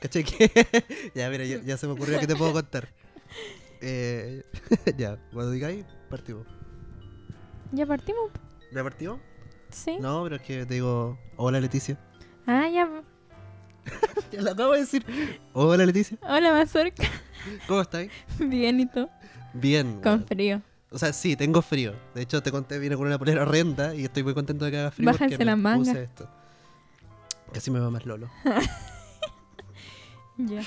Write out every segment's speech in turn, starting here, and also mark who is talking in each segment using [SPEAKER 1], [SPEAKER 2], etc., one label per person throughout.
[SPEAKER 1] ¿Cachai? Que- ya, mira, ya, ya se me ocurrió que te puedo contar. Eh, ya, cuando digáis, partimos.
[SPEAKER 2] ¿Ya partimos?
[SPEAKER 1] ¿Ya partimos?
[SPEAKER 2] Sí.
[SPEAKER 1] No, pero es que te digo, hola Leticia.
[SPEAKER 2] Ah, ya.
[SPEAKER 1] Ya lo acabo de decir. Hola Leticia,
[SPEAKER 2] Hola, Mazorca.
[SPEAKER 1] ¿cómo estáis?
[SPEAKER 2] Bien, ¿y tú?
[SPEAKER 1] Bien.
[SPEAKER 2] Con
[SPEAKER 1] weón.
[SPEAKER 2] frío.
[SPEAKER 1] O sea, sí, tengo frío. De hecho, te conté, vine con una polera horrenda y estoy muy contento de que haga frío. porque
[SPEAKER 2] Bájense
[SPEAKER 1] me
[SPEAKER 2] las mangas.
[SPEAKER 1] puse esto. Casi me va más Lolo.
[SPEAKER 2] Ya.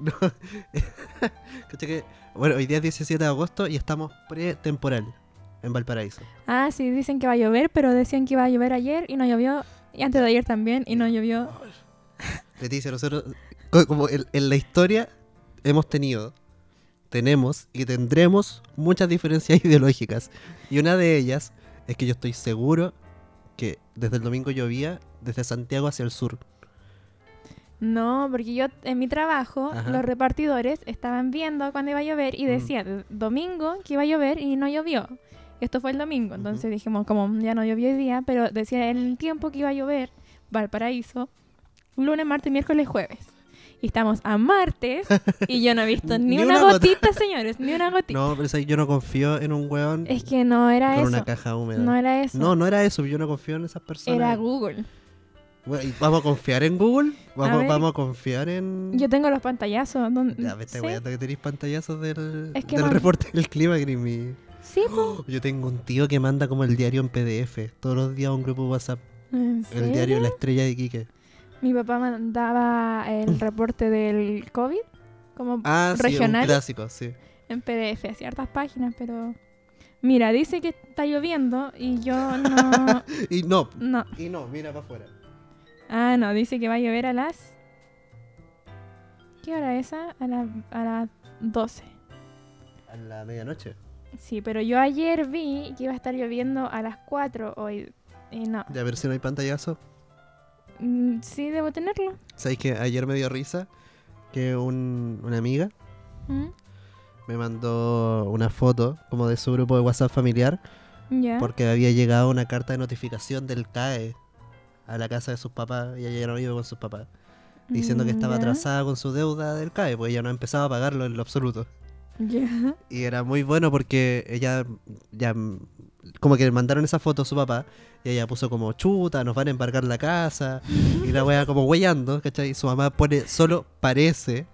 [SPEAKER 1] No. Cacha que- bueno, hoy día es 17 de agosto y estamos pretemporal en Valparaíso.
[SPEAKER 2] Ah, sí, dicen que va a llover, pero decían que iba a llover ayer y no llovió. Y antes de ayer también y no llovió.
[SPEAKER 1] Leticia, nosotros, co- como en, en la historia, hemos tenido, tenemos y tendremos muchas diferencias ideológicas. Y una de ellas es que yo estoy seguro que desde el domingo llovía desde Santiago hacia el sur.
[SPEAKER 2] No, porque yo en mi trabajo,
[SPEAKER 1] Ajá.
[SPEAKER 2] los repartidores estaban viendo cuándo iba a llover y
[SPEAKER 1] Mm.
[SPEAKER 2] decían domingo que iba a llover y no llovió. Esto fue el domingo, entonces
[SPEAKER 1] Ujú.
[SPEAKER 2] dijimos como "Mm, ya no llovió hoy día, pero decía el tiempo que iba a llover, Valparaíso, lunes, martes, miércoles, jueves. Y estamos a martes y yo no he visto ni, una, gotita, señores, ni una gotita.
[SPEAKER 1] No, pero ¿sabes? yo no confío en un weón
[SPEAKER 2] Es que no era
[SPEAKER 1] con
[SPEAKER 2] eso.
[SPEAKER 1] una caja húmeda.
[SPEAKER 2] No era eso.
[SPEAKER 1] No, no era eso, yo no confío en esas personas.
[SPEAKER 2] era Google.
[SPEAKER 1] Bueno, ¿y ¿Vamos a confiar en Google? ¿Vamos a,
[SPEAKER 2] ver.
[SPEAKER 1] vamos a confiar en...?
[SPEAKER 2] Yo tengo los pantallazos. donde-
[SPEAKER 1] Ya vete,
[SPEAKER 2] sí,
[SPEAKER 1] weón, que tenéis pantallazos del,
[SPEAKER 2] Es que
[SPEAKER 1] del
[SPEAKER 2] man-
[SPEAKER 1] reporte del clima, Grimy.
[SPEAKER 2] sí, po.
[SPEAKER 1] Yo tengo un tío que manda como el diario en PDF, todos los días a un grupo WhatsApp,
[SPEAKER 2] ¿En
[SPEAKER 1] el
[SPEAKER 2] serio?
[SPEAKER 1] diario La Estrella de Quique.
[SPEAKER 2] Mi papá mandaba el reporte del COVID como
[SPEAKER 1] Mm. Ah, sí,
[SPEAKER 2] Regional.
[SPEAKER 1] un clásico, sí.
[SPEAKER 2] en PDF, a ciertas páginas, pero... Mira, dice que está lloviendo y yo no...
[SPEAKER 1] Y no,
[SPEAKER 2] no.
[SPEAKER 1] y no, mira para afuera.
[SPEAKER 2] Ah, no, dice que va a llover a las... ¿Qué hora es esa? A, la- a las 12.
[SPEAKER 1] A la medianoche.
[SPEAKER 2] Sí, pero yo ayer vi que iba a estar lloviendo a las 4 hoy. Y no.
[SPEAKER 1] Ya, ver si no hay pantallazo.
[SPEAKER 2] Mm, Sí, debo tenerlo.
[SPEAKER 1] ¿Sabéis que ayer me dio risa que un- una amiga
[SPEAKER 2] ¿Mm?
[SPEAKER 1] me mandó una foto como de su grupo de WhatsApp familiar
[SPEAKER 2] Ya.
[SPEAKER 1] porque había llegado una carta de notificación del CAE a la casa de sus papás y ella ya no vive con sus papás. diciendo que estaba
[SPEAKER 2] Mm, Ya.
[SPEAKER 1] atrasada con su deuda del CAE, pues ella no empezaba a pagarlo en lo absoluto.
[SPEAKER 2] Ya.
[SPEAKER 1] Y era muy bueno porque ella ya mm, como que le mandaron esa foto a su papá y ella puso como chuta, nos van a embarcar la casa y la wea como huellando, ¿cachai? Y su mamá pone solo parece.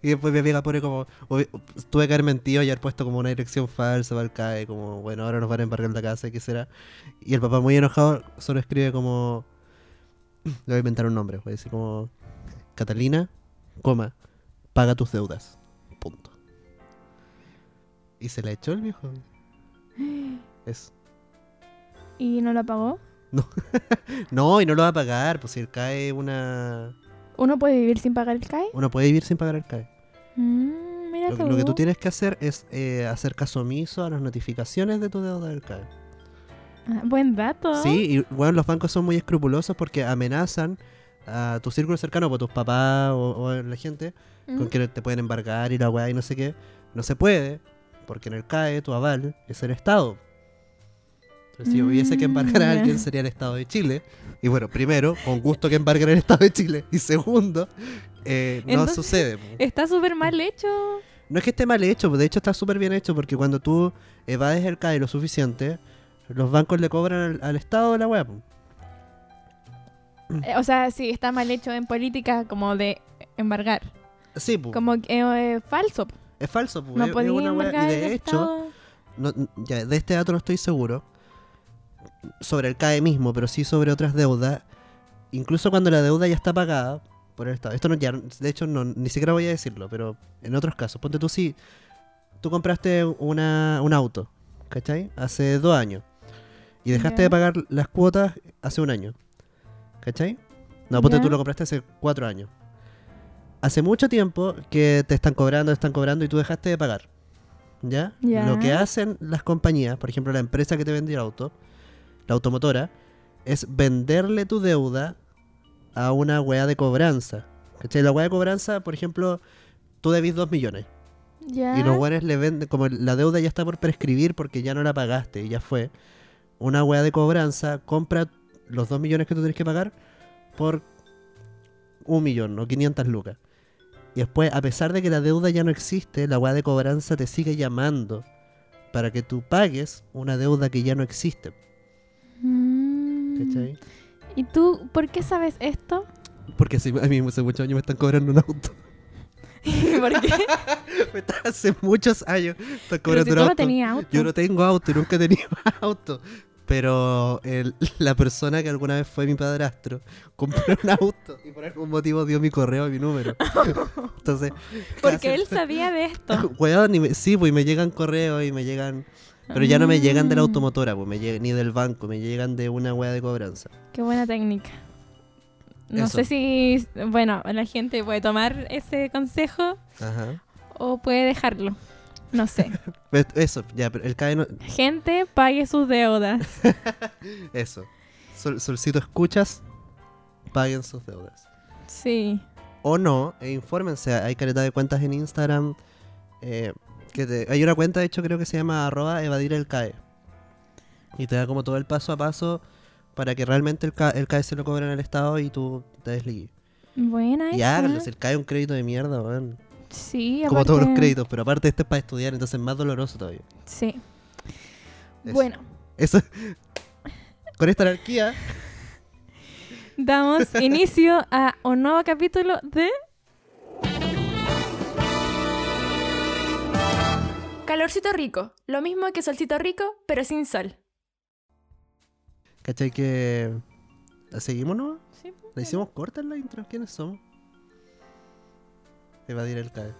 [SPEAKER 1] Y después mi amiga pone como, "Oye, tuve que haber mentido y haber puesto como una dirección falsa para el CAE, como, bueno, ahora nos van a embarcar la casa, ¿qué será? Y el papá muy enojado solo escribe como, le voy a inventar un nombre, voy a decir como, Catalina, coma, paga tus deudas, punto. Y se la echó el viejo. Es.
[SPEAKER 2] ¿Y no lo pagó?
[SPEAKER 1] No, y no lo va a pagar, pues si el CAE una...
[SPEAKER 2] ¿Uno puede vivir sin pagar el CAE?
[SPEAKER 1] Uno puede vivir sin pagar el CAE.
[SPEAKER 2] Mm, mira
[SPEAKER 1] Lo,
[SPEAKER 2] tú.
[SPEAKER 1] lo que tú tienes que hacer es eh, hacer caso omiso a las notificaciones de tu deuda del CAE.
[SPEAKER 2] Ah, buen dato.
[SPEAKER 1] Sí, y bueno, los bancos son muy escrupulosos porque amenazan a tu círculo cercano, por tus papás o, o la gente,
[SPEAKER 2] Mm.
[SPEAKER 1] con que te pueden embargar y la weá y no sé qué. No se puede, porque en el CAE tu aval es el Estado. Entonces, si yo hubiese que embargar a
[SPEAKER 2] Mm, ya.
[SPEAKER 1] alguien sería el Estado de Chile. Y bueno, primero, con gusto que embarguen el Estado de Chile. Y segundo, eh, no
[SPEAKER 2] Entonces-
[SPEAKER 1] sucede. po.
[SPEAKER 2] Está súper mal hecho.
[SPEAKER 1] No es que esté mal hecho, de hecho está súper bien hecho porque cuando tú evades el CAE lo suficiente, los bancos le cobran al, al Estado la weá. po. Mm.
[SPEAKER 2] Eh, O sea, sí, está mal hecho en política como de embargar.
[SPEAKER 1] Sí, po.
[SPEAKER 2] Como que eh, eh, falso. po.
[SPEAKER 1] es falso. po, Uh.
[SPEAKER 2] No
[SPEAKER 1] es- es
[SPEAKER 2] podía
[SPEAKER 1] una weá.
[SPEAKER 2] embargar
[SPEAKER 1] Y de
[SPEAKER 2] el
[SPEAKER 1] hecho,
[SPEAKER 2] Estado.
[SPEAKER 1] no- ya, de este dato no estoy seguro sobre el CAE mismo, pero sí sobre otras deudas. Incluso cuando la deuda ya está pagada por el Estado. Esto no, ya, de hecho, no, ni siquiera voy a decirlo, pero en otros casos, ponte tú si tú compraste una, un auto, ¿cachai? Hace dos años y dejaste
[SPEAKER 2] Ya.
[SPEAKER 1] de pagar las cuotas hace un año, ¿cachai? No, ponte
[SPEAKER 2] Ya.
[SPEAKER 1] tú lo compraste hace cuatro años. Hace mucho tiempo que te están cobrando, te están cobrando y tú dejaste de pagar. ¿Ya?
[SPEAKER 2] Ya.
[SPEAKER 1] Lo que hacen las compañías, por ejemplo, la empresa que te vendió el auto, la automotora, es venderle tu deuda a una weá de cobranza. ¿Cachai? La weá de cobranza, por ejemplo, tú debís 2 millones.
[SPEAKER 2] Ya.
[SPEAKER 1] Y los weones le venden, como la deuda ya está por prescribir porque ya no la pagaste y ya fue. Una weá de cobranza compra los 2 millones que tú tenés que pagar por un millón o 500 lucas. Y después, a pesar de que la deuda ya no existe, la weá de cobranza te sigue llamando para que tú pagues una deuda que ya no existe.
[SPEAKER 2] Mm.
[SPEAKER 1] ¿Cachai?
[SPEAKER 2] ¿Y tú por qué sabes esto?
[SPEAKER 1] Porque si a mí hace muchos años me están cobrando un auto.
[SPEAKER 2] ¿Por qué?
[SPEAKER 1] Me está- hace muchos años me están
[SPEAKER 2] Pero
[SPEAKER 1] cobrando
[SPEAKER 2] si
[SPEAKER 1] un
[SPEAKER 2] tú no
[SPEAKER 1] auto.
[SPEAKER 2] tenías auto.
[SPEAKER 1] Yo no tengo auto, nunca he tenido auto. Pero el- la persona que alguna vez fue mi padrastro compró un auto y por algún motivo dio mi correo y mi número. Entonces,
[SPEAKER 2] Porque él sabía de esto.
[SPEAKER 1] Weón, y me- sí, pues y me llegan correos y me llegan. Pero ya no me llegan de la automotora, pues, me lleg- ni del banco, me llegan de una wea de cobranza.
[SPEAKER 2] Qué buena técnica. No
[SPEAKER 1] Eso.
[SPEAKER 2] sé si, bueno, la gente puede tomar ese consejo
[SPEAKER 1] Ajá.
[SPEAKER 2] o puede dejarlo. No sé.
[SPEAKER 1] Pero Pues, Eso, ya, pero el CAE no-
[SPEAKER 2] Gente, pague sus deudas.
[SPEAKER 1] Eso. Sol- solcito escuchas, paguen sus deudas.
[SPEAKER 2] Sí.
[SPEAKER 1] o no, e infórmense. Hay careta de cuentas en Instagram. eh, que te- hay una cuenta, de hecho, creo que se llama arroba evadir el CAE. Y te da como todo el paso a paso para que realmente el, ca- el CAE se lo cobren al Estado y tú te desligues.
[SPEAKER 2] Buena
[SPEAKER 1] Y
[SPEAKER 2] esa.
[SPEAKER 1] háganlo, si el CAE es un crédito de mierda, weón.
[SPEAKER 2] Sí,
[SPEAKER 1] Como todos los
[SPEAKER 2] aparte-
[SPEAKER 1] créditos, pero aparte este es para estudiar, entonces es más doloroso todavía.
[SPEAKER 2] Sí.
[SPEAKER 1] Eso.
[SPEAKER 2] Bueno,
[SPEAKER 1] Eso. Con esta anarquía,
[SPEAKER 2] damos inicio a un nuevo capítulo de... Calorcito rico, lo mismo que solcito rico, pero sin sol.
[SPEAKER 1] ¿cachai que. ¿La seguimos no?
[SPEAKER 2] Sí, pues,
[SPEAKER 1] ¿La hicimos corta en la intro? ¿Quiénes somos? Evadir el CAE.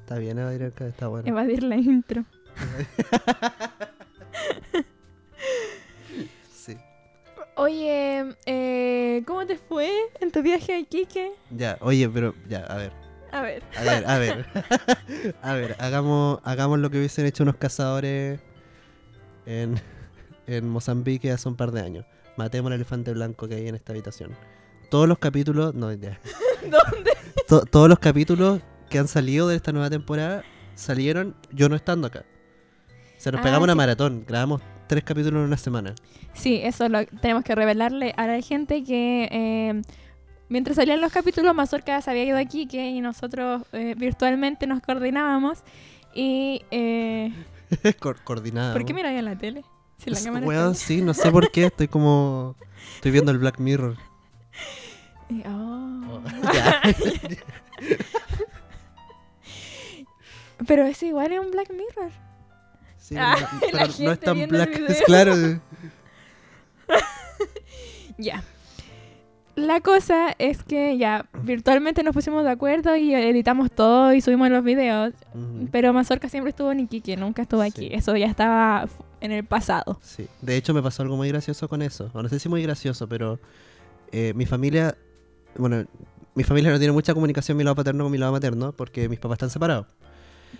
[SPEAKER 1] Está bien, evadir el CAE, está bueno.
[SPEAKER 2] evadir la intro.
[SPEAKER 1] sí.
[SPEAKER 2] Oye, eh, ¿cómo te fue en tu viaje a Iquique?
[SPEAKER 1] Ya, oye, pero ya, a ver,
[SPEAKER 2] A ver,
[SPEAKER 1] a ver, a ver. a ver, hagamos, hagamos lo que hubiesen hecho unos cazadores en, en Mozambique hace un par de años. Matemos al elefante blanco que hay en esta habitación. Todos los capítulos, no, ya.
[SPEAKER 2] ¿dónde?
[SPEAKER 1] To- todos los capítulos que han salido de esta nueva temporada salieron yo no estando acá. O sea, nos
[SPEAKER 2] Ah,
[SPEAKER 1] pegamos una
[SPEAKER 2] sí.
[SPEAKER 1] maratón, grabamos tres capítulos en una semana.
[SPEAKER 2] Sí, eso lo tenemos que revelarle a la gente que eh, mientras salían los capítulos, Mazorca se había ido a Quique y nosotros eh, virtualmente nos coordinábamos. Y. Eh,
[SPEAKER 1] Coordinados. coordinada.
[SPEAKER 2] ¿Por qué miráis a la tele? Si la
[SPEAKER 1] Es-
[SPEAKER 2] cámara está
[SPEAKER 1] weón,
[SPEAKER 2] allá.
[SPEAKER 1] sí, no sé por qué, estoy como... Estoy viendo el Black Mirror.
[SPEAKER 2] Y- oh.
[SPEAKER 1] Ya.
[SPEAKER 2] Pero es igual es un Black Mirror.
[SPEAKER 1] Sí,
[SPEAKER 2] Ah,
[SPEAKER 1] no- pero
[SPEAKER 2] la
[SPEAKER 1] no
[SPEAKER 2] gente
[SPEAKER 1] es tan
[SPEAKER 2] viendo el
[SPEAKER 1] black,
[SPEAKER 2] video.
[SPEAKER 1] claro.
[SPEAKER 2] Ya. La cosa es que ya virtualmente nos pusimos de acuerdo y editamos todo y subimos los videos.
[SPEAKER 1] Ujú,
[SPEAKER 2] Pero Mazorca siempre estuvo en Iquique, nunca estuvo
[SPEAKER 1] Sí.
[SPEAKER 2] aquí. Eso ya estaba f- en el pasado.
[SPEAKER 1] Sí. De hecho, me pasó algo muy gracioso con eso. O no sé si muy gracioso, pero eh, mi familia... Bueno, mi familia no tiene mucha comunicación mi lado paterno con mi lado materno porque mis papás están separados.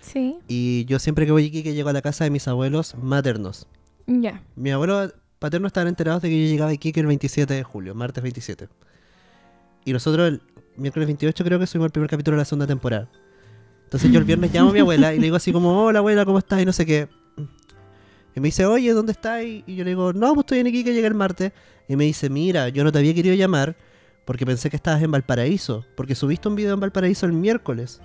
[SPEAKER 2] Sí.
[SPEAKER 1] Y yo siempre que voy aquí, que llego a la casa de mis abuelos maternos.
[SPEAKER 2] Ya.
[SPEAKER 1] Mi abuelo paterno estaban enterados de que yo llegaba aquí que el 27 de julio, martes 27. Y nosotros el miércoles 28 creo que subimos el primer capítulo de la segunda temporada. Entonces yo el viernes llamo a mi abuela y le digo así como, hola abuela, ¿cómo estás? Y no sé qué. Y me dice, oye, ¿dónde estás? Y yo le digo, no, pues estoy en Iquique, llegué el martes. Y me dice, mira, yo no te había querido llamar porque pensé que estabas en Valparaíso, porque subiste un video en Valparaíso el miércoles.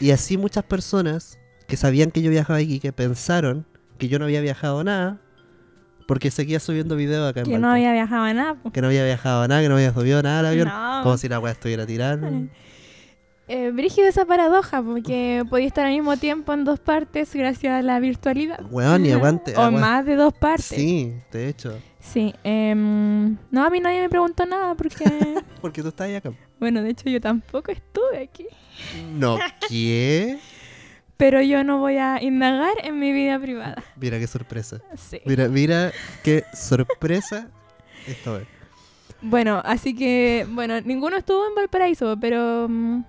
[SPEAKER 1] y así muchas personas que sabían que yo viajaba a Iquique pensaron que yo no había viajado nada porque seguía subiendo videos acá en
[SPEAKER 2] Que no
[SPEAKER 1] Valpo.
[SPEAKER 2] había viajado a nada. po.
[SPEAKER 1] Que no había viajado nada, que no había subido nada al avión.
[SPEAKER 2] No.
[SPEAKER 1] Como si la weá estuviera tirando.
[SPEAKER 2] Eh, brígido esa paradoja, porque podía estar al mismo tiempo en dos partes gracias a la virtualidad.
[SPEAKER 1] Weón, y aguante.
[SPEAKER 2] O
[SPEAKER 1] aguante.
[SPEAKER 2] más de dos partes.
[SPEAKER 1] Sí, de hecho.
[SPEAKER 2] Sí, em, no, a mí nadie me preguntó nada porque...
[SPEAKER 1] Porque tú estás ahí acá.
[SPEAKER 2] bueno, de hecho yo tampoco estuve aquí.
[SPEAKER 1] No, ¿qué?
[SPEAKER 2] Pero yo no voy a indagar en mi vida privada.
[SPEAKER 1] Mira qué sorpresa.
[SPEAKER 2] Sí.
[SPEAKER 1] Mira, mira qué sorpresa esta vez.
[SPEAKER 2] Bueno, así que, bueno, ninguno estuvo en Valparaíso, pero... mm,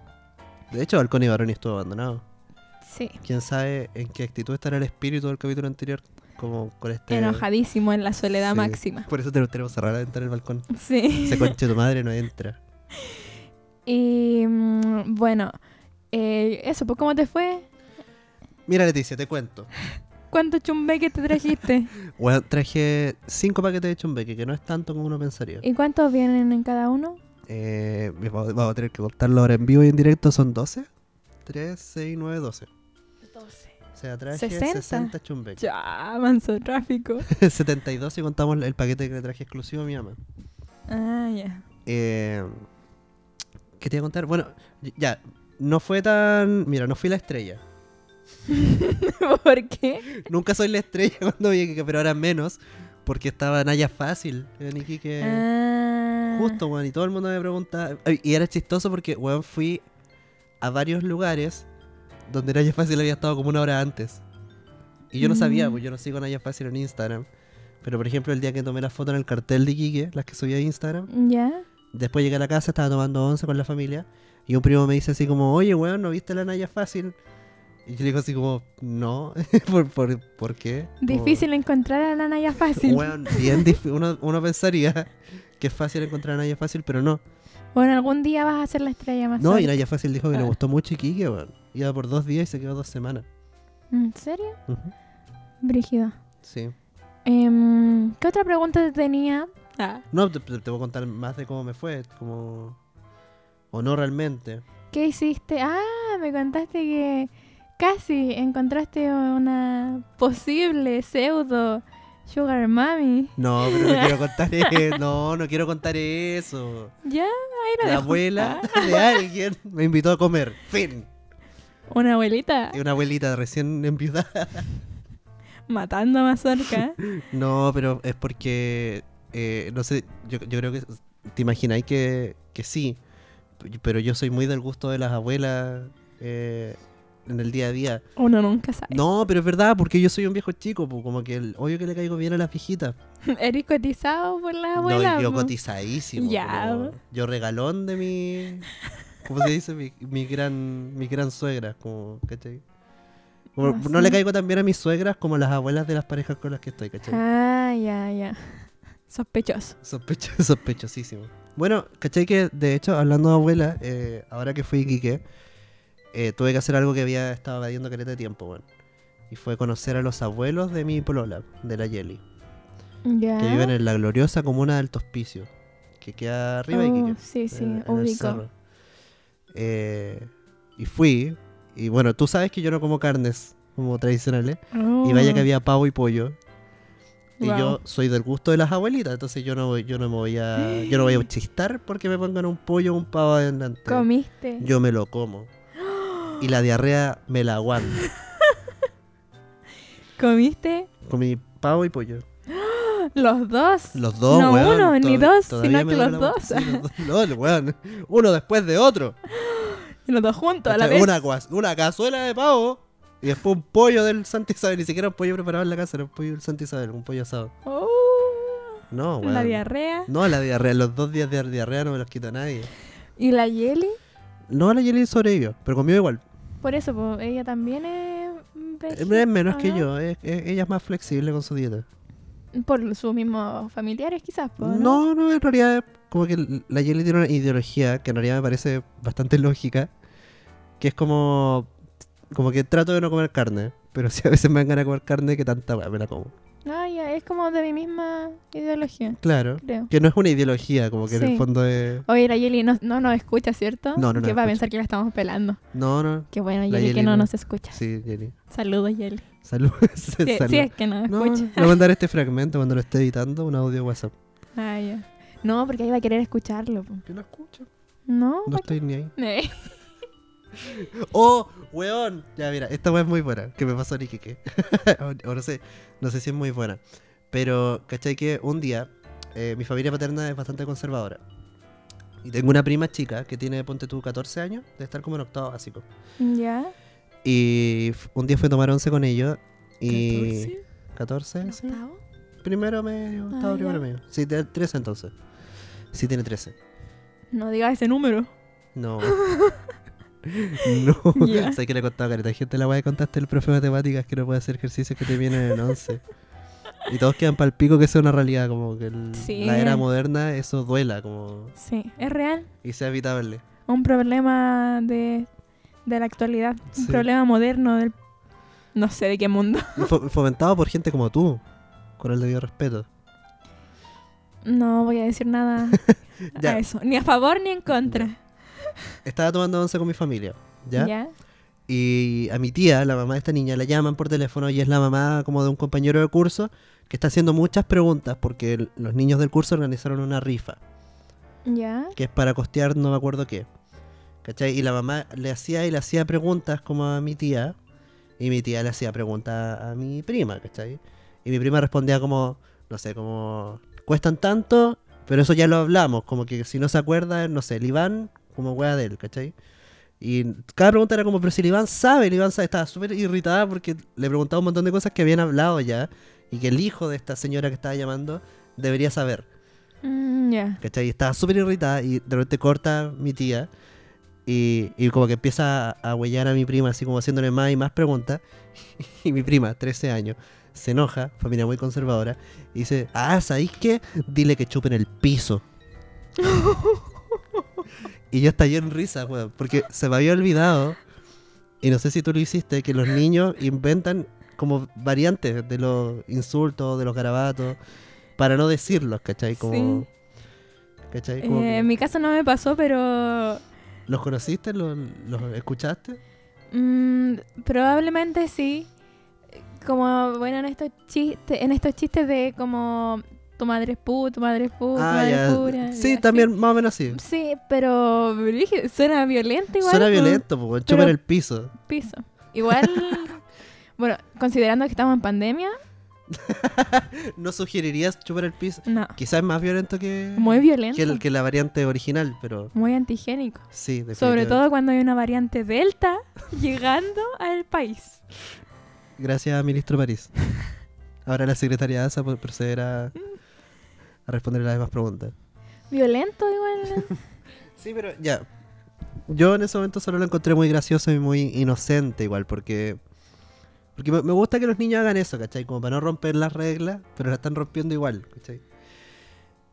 [SPEAKER 1] De hecho, Balcón y Baroni estuvo abandonado.
[SPEAKER 2] sí.
[SPEAKER 1] Quién sabe en qué actitud estará el espíritu del capítulo anterior. Como con este.
[SPEAKER 2] Enojadísimo en la soledad
[SPEAKER 1] Sí.
[SPEAKER 2] máxima.
[SPEAKER 1] Por eso te- tenemos cerrada la ventana del balcón.
[SPEAKER 2] Sí.
[SPEAKER 1] Ese conche tu madre no entra.
[SPEAKER 2] Y mm, bueno, eh, eso, pues ¿cómo te fue?
[SPEAKER 1] Mira, Leticia, te cuento.
[SPEAKER 2] ¿Cuántos chumbeques te trajiste? Eh.
[SPEAKER 1] Bueno, traje cinco paquetes de chumbeque, que no es tanto como uno pensaría.
[SPEAKER 2] ¿Y cuántos vienen en cada uno?
[SPEAKER 1] Eh, vamos vamos a tener que contarlo ahora en vivo y en directo. Son 12. 3, 6, 9, 12. O sea, traje 60,
[SPEAKER 2] 60.
[SPEAKER 1] chumbecos.
[SPEAKER 2] Ya, manso tráfico.
[SPEAKER 1] 72 si contamos el paquete que le traje exclusivo a mi mamá.
[SPEAKER 2] Ah, ya.
[SPEAKER 1] Eh, ¿Qué te iba a contar? Bueno, ya. No fue tan. Mira, no fui la estrella.
[SPEAKER 2] ¿Por qué?
[SPEAKER 1] Nunca soy la estrella cuando voy a Iquique, pero ahora menos. Porque estaba Naya Fácil en Iquique.
[SPEAKER 2] Ah.
[SPEAKER 1] Eh, Justo, weón. Y todo el mundo me pregunta. Ay, Y era chistoso porque, weón, fui a varios lugares donde Naya Fácil había estado como una hora antes. Y yo no sabía,
[SPEAKER 2] Mm.
[SPEAKER 1] pues yo no sigo a Naya Fácil en Instagram. Pero, por ejemplo, el día que tomé la foto en el cartel de Iquique, las que subí a Instagram,
[SPEAKER 2] ¿Ya?
[SPEAKER 1] Después llegué a la casa, estaba tomando once con la familia. Y un primo me dice así como, oye, weón, ¿no viste la Naya Fácil? Y yo le digo así como, no, ¿por, por, por qué? Como,
[SPEAKER 2] Difícil encontrar a la Naya fácil.
[SPEAKER 1] Weón, bien difícil. Uno, uno pensaría que es fácil encontrar a Naya Fácil, pero no.
[SPEAKER 2] Bueno, algún día vas a ser la estrella más
[SPEAKER 1] No, y
[SPEAKER 2] alta.
[SPEAKER 1] Naya Fácil dijo que le
[SPEAKER 2] Ah.
[SPEAKER 1] gustó mucho Iquique, weón. Iba por dos días y se quedó dos semanas.
[SPEAKER 2] ¿En serio?
[SPEAKER 1] Ujú.
[SPEAKER 2] Brígido.
[SPEAKER 1] Sí.
[SPEAKER 2] Em, ¿Qué otra pregunta te tenía? Ah.
[SPEAKER 1] No, te, te- te voy a contar más de cómo me fue, como... O no realmente.
[SPEAKER 2] ¿Qué hiciste? Ah, me contaste que casi encontraste una posible pseudo Sugar Mami.
[SPEAKER 1] No, pero no quiero contar eso. No, no quiero contar eso.
[SPEAKER 2] Ya, ahí lo
[SPEAKER 1] la
[SPEAKER 2] dejo.
[SPEAKER 1] abuela de alguien me invitó a comer. Fin.
[SPEAKER 2] Ah, Una abuelita
[SPEAKER 1] Y una abuelita recién enviudada.
[SPEAKER 2] matando a Mazorca.
[SPEAKER 1] No, pero es porque. eh, no sé, yo, yo creo que. ¿Te imagináis que, que sí? Pero yo soy muy del gusto de las abuelas eh, en el día a día.
[SPEAKER 2] Uno nunca sabe.
[SPEAKER 1] No, pero es verdad, porque yo soy un viejo chico, po, como que el obvio que le caigo bien a las viejitas.
[SPEAKER 2] Eres cotizado por las abuelas.
[SPEAKER 1] No, yo
[SPEAKER 2] po.
[SPEAKER 1] cotizadísimo.
[SPEAKER 2] Ya.
[SPEAKER 1] como- yo regalón de mi. ¿Cómo se dice? Mi, mi gran mi gran suegra. Como, ¿cachai? Como-
[SPEAKER 2] Ah,
[SPEAKER 1] no le
[SPEAKER 2] sí.
[SPEAKER 1] caigo tan bien a mis suegras como a las abuelas de las parejas con las que estoy, ¿cachai?
[SPEAKER 2] Ah, ya, ya. Sospechoso.
[SPEAKER 1] Sospecho- sospechosísimo. Bueno, ¿cachai? Que de hecho, hablando de abuela, eh, ahora que fui a Iquique, eh, tuve que hacer algo que había estado evadiendo caleta de tiempo, bueno. Y fue conocer a los abuelos de mi polola, de la Yeli,
[SPEAKER 2] Ya.
[SPEAKER 1] que viven en la gloriosa comuna del Tospicio, que queda arriba de Iquique.
[SPEAKER 2] Oh, sí, sí,
[SPEAKER 1] en- en el
[SPEAKER 2] ubico.
[SPEAKER 1] cerro. Eh, y fui, y bueno, tú sabes que yo no como carnes como tradicionales, y vaya que
[SPEAKER 2] Mm.
[SPEAKER 1] había pavo y pollo. Y
[SPEAKER 2] Oh, Wow.
[SPEAKER 1] yo soy del gusto de las abuelitas, entonces yo no voy, yo no me voy a yo no voy a chistar porque me pongan un pollo o un pavo adelante.
[SPEAKER 2] Comiste.
[SPEAKER 1] Yo me lo como. Y la diarrea me la aguanto.
[SPEAKER 2] Comiste
[SPEAKER 1] Comí pavo y pollo.
[SPEAKER 2] los dos.
[SPEAKER 1] Los dos,
[SPEAKER 2] No
[SPEAKER 1] weón,
[SPEAKER 2] uno ni
[SPEAKER 1] to-
[SPEAKER 2] dos,
[SPEAKER 1] todavía
[SPEAKER 2] sino
[SPEAKER 1] me
[SPEAKER 2] que
[SPEAKER 1] duele
[SPEAKER 2] los
[SPEAKER 1] la-
[SPEAKER 2] dos.
[SPEAKER 1] sí, los dos. LOL, weón. Uno después de otro.
[SPEAKER 2] Y los dos juntos a la
[SPEAKER 1] ¿Cachai?
[SPEAKER 2] vez.
[SPEAKER 1] Este, Una, guas- una cazuela de pavo y después un pollo del Santa Isabel. Ni siquiera un pollo preparado en la casa, era un pollo del Santa Isabel, un pollo asado.
[SPEAKER 2] Oh,
[SPEAKER 1] No, weón.
[SPEAKER 2] la diarrea.
[SPEAKER 1] No, la diarrea. Los dos días de diarrea no me los quita nadie.
[SPEAKER 2] ¿Y la Yeli?
[SPEAKER 1] No, la Yeli sobrevivió, pero comió igual.
[SPEAKER 2] Por eso, po, ella también es.
[SPEAKER 1] Eh, Es
[SPEAKER 2] vegeta,
[SPEAKER 1] menos que
[SPEAKER 2] ¿no?
[SPEAKER 1] yo, es- es- ella es más flexible con su dieta.
[SPEAKER 2] Por sus mismos familiares, quizás. po, ¿no?
[SPEAKER 1] No, no, en realidad, como que la Yeli tiene una ideología que en realidad me parece bastante lógica, que es como. Como que trato de no comer carne, pero si a veces me dan ganas de comer carne, que tanta weá me la como.
[SPEAKER 2] Ah, ya, es como de mi misma ideología,
[SPEAKER 1] Claro.
[SPEAKER 2] creo.
[SPEAKER 1] Que no es una ideología, como que en el
[SPEAKER 2] Sí.
[SPEAKER 1] fondo es.
[SPEAKER 2] Oye, la Yeli no, no nos escucha, ¿cierto?
[SPEAKER 1] No, no nos
[SPEAKER 2] Que
[SPEAKER 1] escucha.
[SPEAKER 2] va a pensar que la estamos pelando.
[SPEAKER 1] No, no.
[SPEAKER 2] Qué bueno,
[SPEAKER 1] La
[SPEAKER 2] Yeli, que
[SPEAKER 1] Yeli
[SPEAKER 2] no,
[SPEAKER 1] no.
[SPEAKER 2] nos escucha.
[SPEAKER 1] Sí, Jenny.
[SPEAKER 2] Saludos, Yeli.
[SPEAKER 1] Salud.
[SPEAKER 2] Sí,
[SPEAKER 1] Salud.
[SPEAKER 2] sí, es que nos
[SPEAKER 1] No, no,
[SPEAKER 2] escucha.
[SPEAKER 1] le voy a mandar este fragmento cuando lo esté editando, un audio WhatsApp.
[SPEAKER 2] Ah, ya. No, porque ella va a querer escucharlo. po.
[SPEAKER 1] Yo no escucho.
[SPEAKER 2] No,
[SPEAKER 1] No estoy ni ahí.
[SPEAKER 2] Eh,
[SPEAKER 1] ¡Oh, weón! Ya, mira, esta weá es muy buena, que me pasó en Iquique. o, o no sé, no sé si es muy buena. Pero, ¿cachai? Que un día, eh, mi familia paterna es bastante conservadora. Y tengo una prima chica que tiene, ponte tú, 14 años, de estar como en octavo básico.
[SPEAKER 2] ya.
[SPEAKER 1] Y f- un día fui a tomar once con ellos. Y...
[SPEAKER 2] 14,
[SPEAKER 1] 14,
[SPEAKER 2] ¿no
[SPEAKER 1] sí.
[SPEAKER 2] octavo?
[SPEAKER 1] Primero medio, octavo
[SPEAKER 2] Ah,
[SPEAKER 1] primero
[SPEAKER 2] ya.
[SPEAKER 1] medio. Sí, tiene 13 entonces. Sí, tiene 13.
[SPEAKER 2] No digas ese número.
[SPEAKER 1] No. no.
[SPEAKER 2] Ya.
[SPEAKER 1] Sé que le he contado a careta de gente la weá que contaste el profe de matemáticas que no puede hacer ejercicios que te vienen en 11. Y todos quedan pal pico que sea una realidad, como que el-
[SPEAKER 2] Sí.
[SPEAKER 1] la era moderna eso duela, como
[SPEAKER 2] Sí, es real.
[SPEAKER 1] y sea evitable.
[SPEAKER 2] Un problema de, de la actualidad.
[SPEAKER 1] Sí.
[SPEAKER 2] Un problema moderno del... No sé de qué mundo.
[SPEAKER 1] Fo- fomentado por gente como tú, con el debido respeto.
[SPEAKER 2] No voy a decir nada
[SPEAKER 1] Ya.
[SPEAKER 2] a eso. Ni a favor ni en contra.
[SPEAKER 1] Estaba tomando once con mi familia, ¿ya?
[SPEAKER 2] ¿Ya?
[SPEAKER 1] Y a mi tía, la mamá de esta niña, la llaman por teléfono y es la mamá como de un compañero de curso que está haciendo muchas preguntas porque el- los niños del curso organizaron una rifa.
[SPEAKER 2] ¿Ya?
[SPEAKER 1] que es para costear no me acuerdo qué. ¿Cachai? Y la mamá le hacía y le hacía preguntas como a mi tía. Y mi tía le hacía preguntas a mi prima, ¿cachai? Y mi prima respondía como, no sé, como, cuestan tanto, pero eso ya lo hablamos. Como que si no se acuerda, no sé, el Iván, como wea de él, ¿cachai? Y cada pregunta era como, pero si el Iván sabe, el Iván sabe, estaba súper irritada porque le preguntaba un montón de cosas que habían hablado ya. Y que el hijo de esta señora que estaba llamando debería saber.
[SPEAKER 2] Mm, ya.
[SPEAKER 1] ¿Cachai? Y Estaba súper irritada y de repente corta mi tía y, y como que empieza a, a huellar a mi prima, así como haciéndole más y más preguntas. Y mi prima, 13 años, se enoja, familia muy conservadora, y dice, ah, ¿sabéis qué? Dile que chupen el piso. y yo estallé en risa, weón, porque se me había olvidado, y no sé si tú lo hiciste, que los niños inventan como variantes de los insultos, de los garabatos, para no decirlos, ¿cachai? Como...
[SPEAKER 2] Sí.
[SPEAKER 1] ¿Cachai? Como
[SPEAKER 2] Eh,
[SPEAKER 1] que-
[SPEAKER 2] en mi caso no me pasó, pero
[SPEAKER 1] ¿Los conociste? ¿Los, los escuchaste?
[SPEAKER 2] Mm, probablemente sí. Como, bueno, en estos chistes, en estos chistes de como tu madre es pu, tu madre es pu, tu madre es pura.
[SPEAKER 1] Ah, Sí,
[SPEAKER 2] y así.
[SPEAKER 1] también, más o menos así.
[SPEAKER 2] Sí, pero brígido, suena violento igual.
[SPEAKER 1] Suena
[SPEAKER 2] ¿no?
[SPEAKER 1] violento, po, weón, chupar
[SPEAKER 2] Pero-
[SPEAKER 1] el piso.
[SPEAKER 2] Piso. Igual, bueno, considerando que estamos en pandemia,
[SPEAKER 1] ¿No sugerirías chupar el piso?
[SPEAKER 2] no.
[SPEAKER 1] Quizás es más violento que,
[SPEAKER 2] Muy violento.
[SPEAKER 1] Mm. que, el- que la variante original, pero
[SPEAKER 2] Muy antigénico.
[SPEAKER 1] sí,
[SPEAKER 2] Sobre
[SPEAKER 1] definitivamente.
[SPEAKER 2] todo cuando hay una variante delta llegando al país.
[SPEAKER 1] Gracias, ministro París. Ahora la secretaria ASA por proceder a, a responder las demás preguntas.
[SPEAKER 2] Violento igual.
[SPEAKER 1] Sí, pero ya. Yo en ese momento solo lo encontré muy gracioso y muy inocente igual, porque... Porque me me gusta que los niños hagan eso, ¿cachai? Como para no romper las reglas, pero la están rompiendo igual, ¿cachai?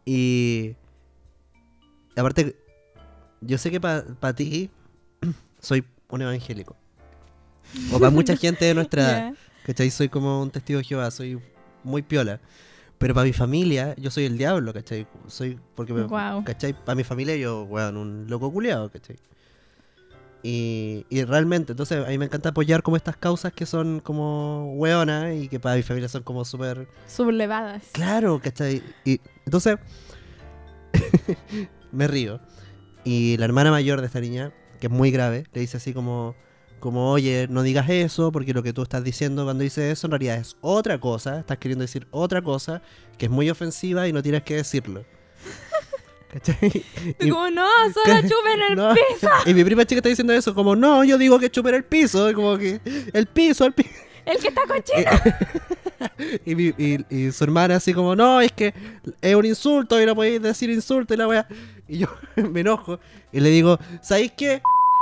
[SPEAKER 1] Y... Aparte, yo sé que para ti soy un evangélico. O para mucha gente de nuestra edad.
[SPEAKER 2] Ya.
[SPEAKER 1] ¿Cachai? Soy como un testigo de Jehová, soy muy piola. Pero para mi familia, yo soy el diablo, ¿cachai? Soy, porque me-
[SPEAKER 2] Guau.
[SPEAKER 1] ¿cachai? Para mi familia yo, weón, un loco culiado, ¿cachai? Y, y realmente, entonces a mí me encanta apoyar como estas causas que son como weonas y que para mi familia son como súper...
[SPEAKER 2] Sublevadas.
[SPEAKER 1] Claro, ¿cachai? Y entonces me río. Y la hermana mayor de esta niña, que es muy grave, le dice así como, como, oye, no digas eso, porque lo que tú estás diciendo cuando dices eso en realidad es otra cosa, estás queriendo decir otra cosa que es muy ofensiva y no tienes que decirlo. ¿Cachai?
[SPEAKER 2] Tú
[SPEAKER 1] Y-
[SPEAKER 2] como, no, solo chupen el
[SPEAKER 1] no, Y mi prima chica está diciendo eso, como, no, yo digo que chupar el piso, y como que, el piso, el piso.
[SPEAKER 2] El que está con chile.
[SPEAKER 1] eh, Y, mi- y- y su hermana así como, no, es que es un insulto y no podéis decir insulto y la weá. Y yo me enojo y le digo, ¿sabéis qué?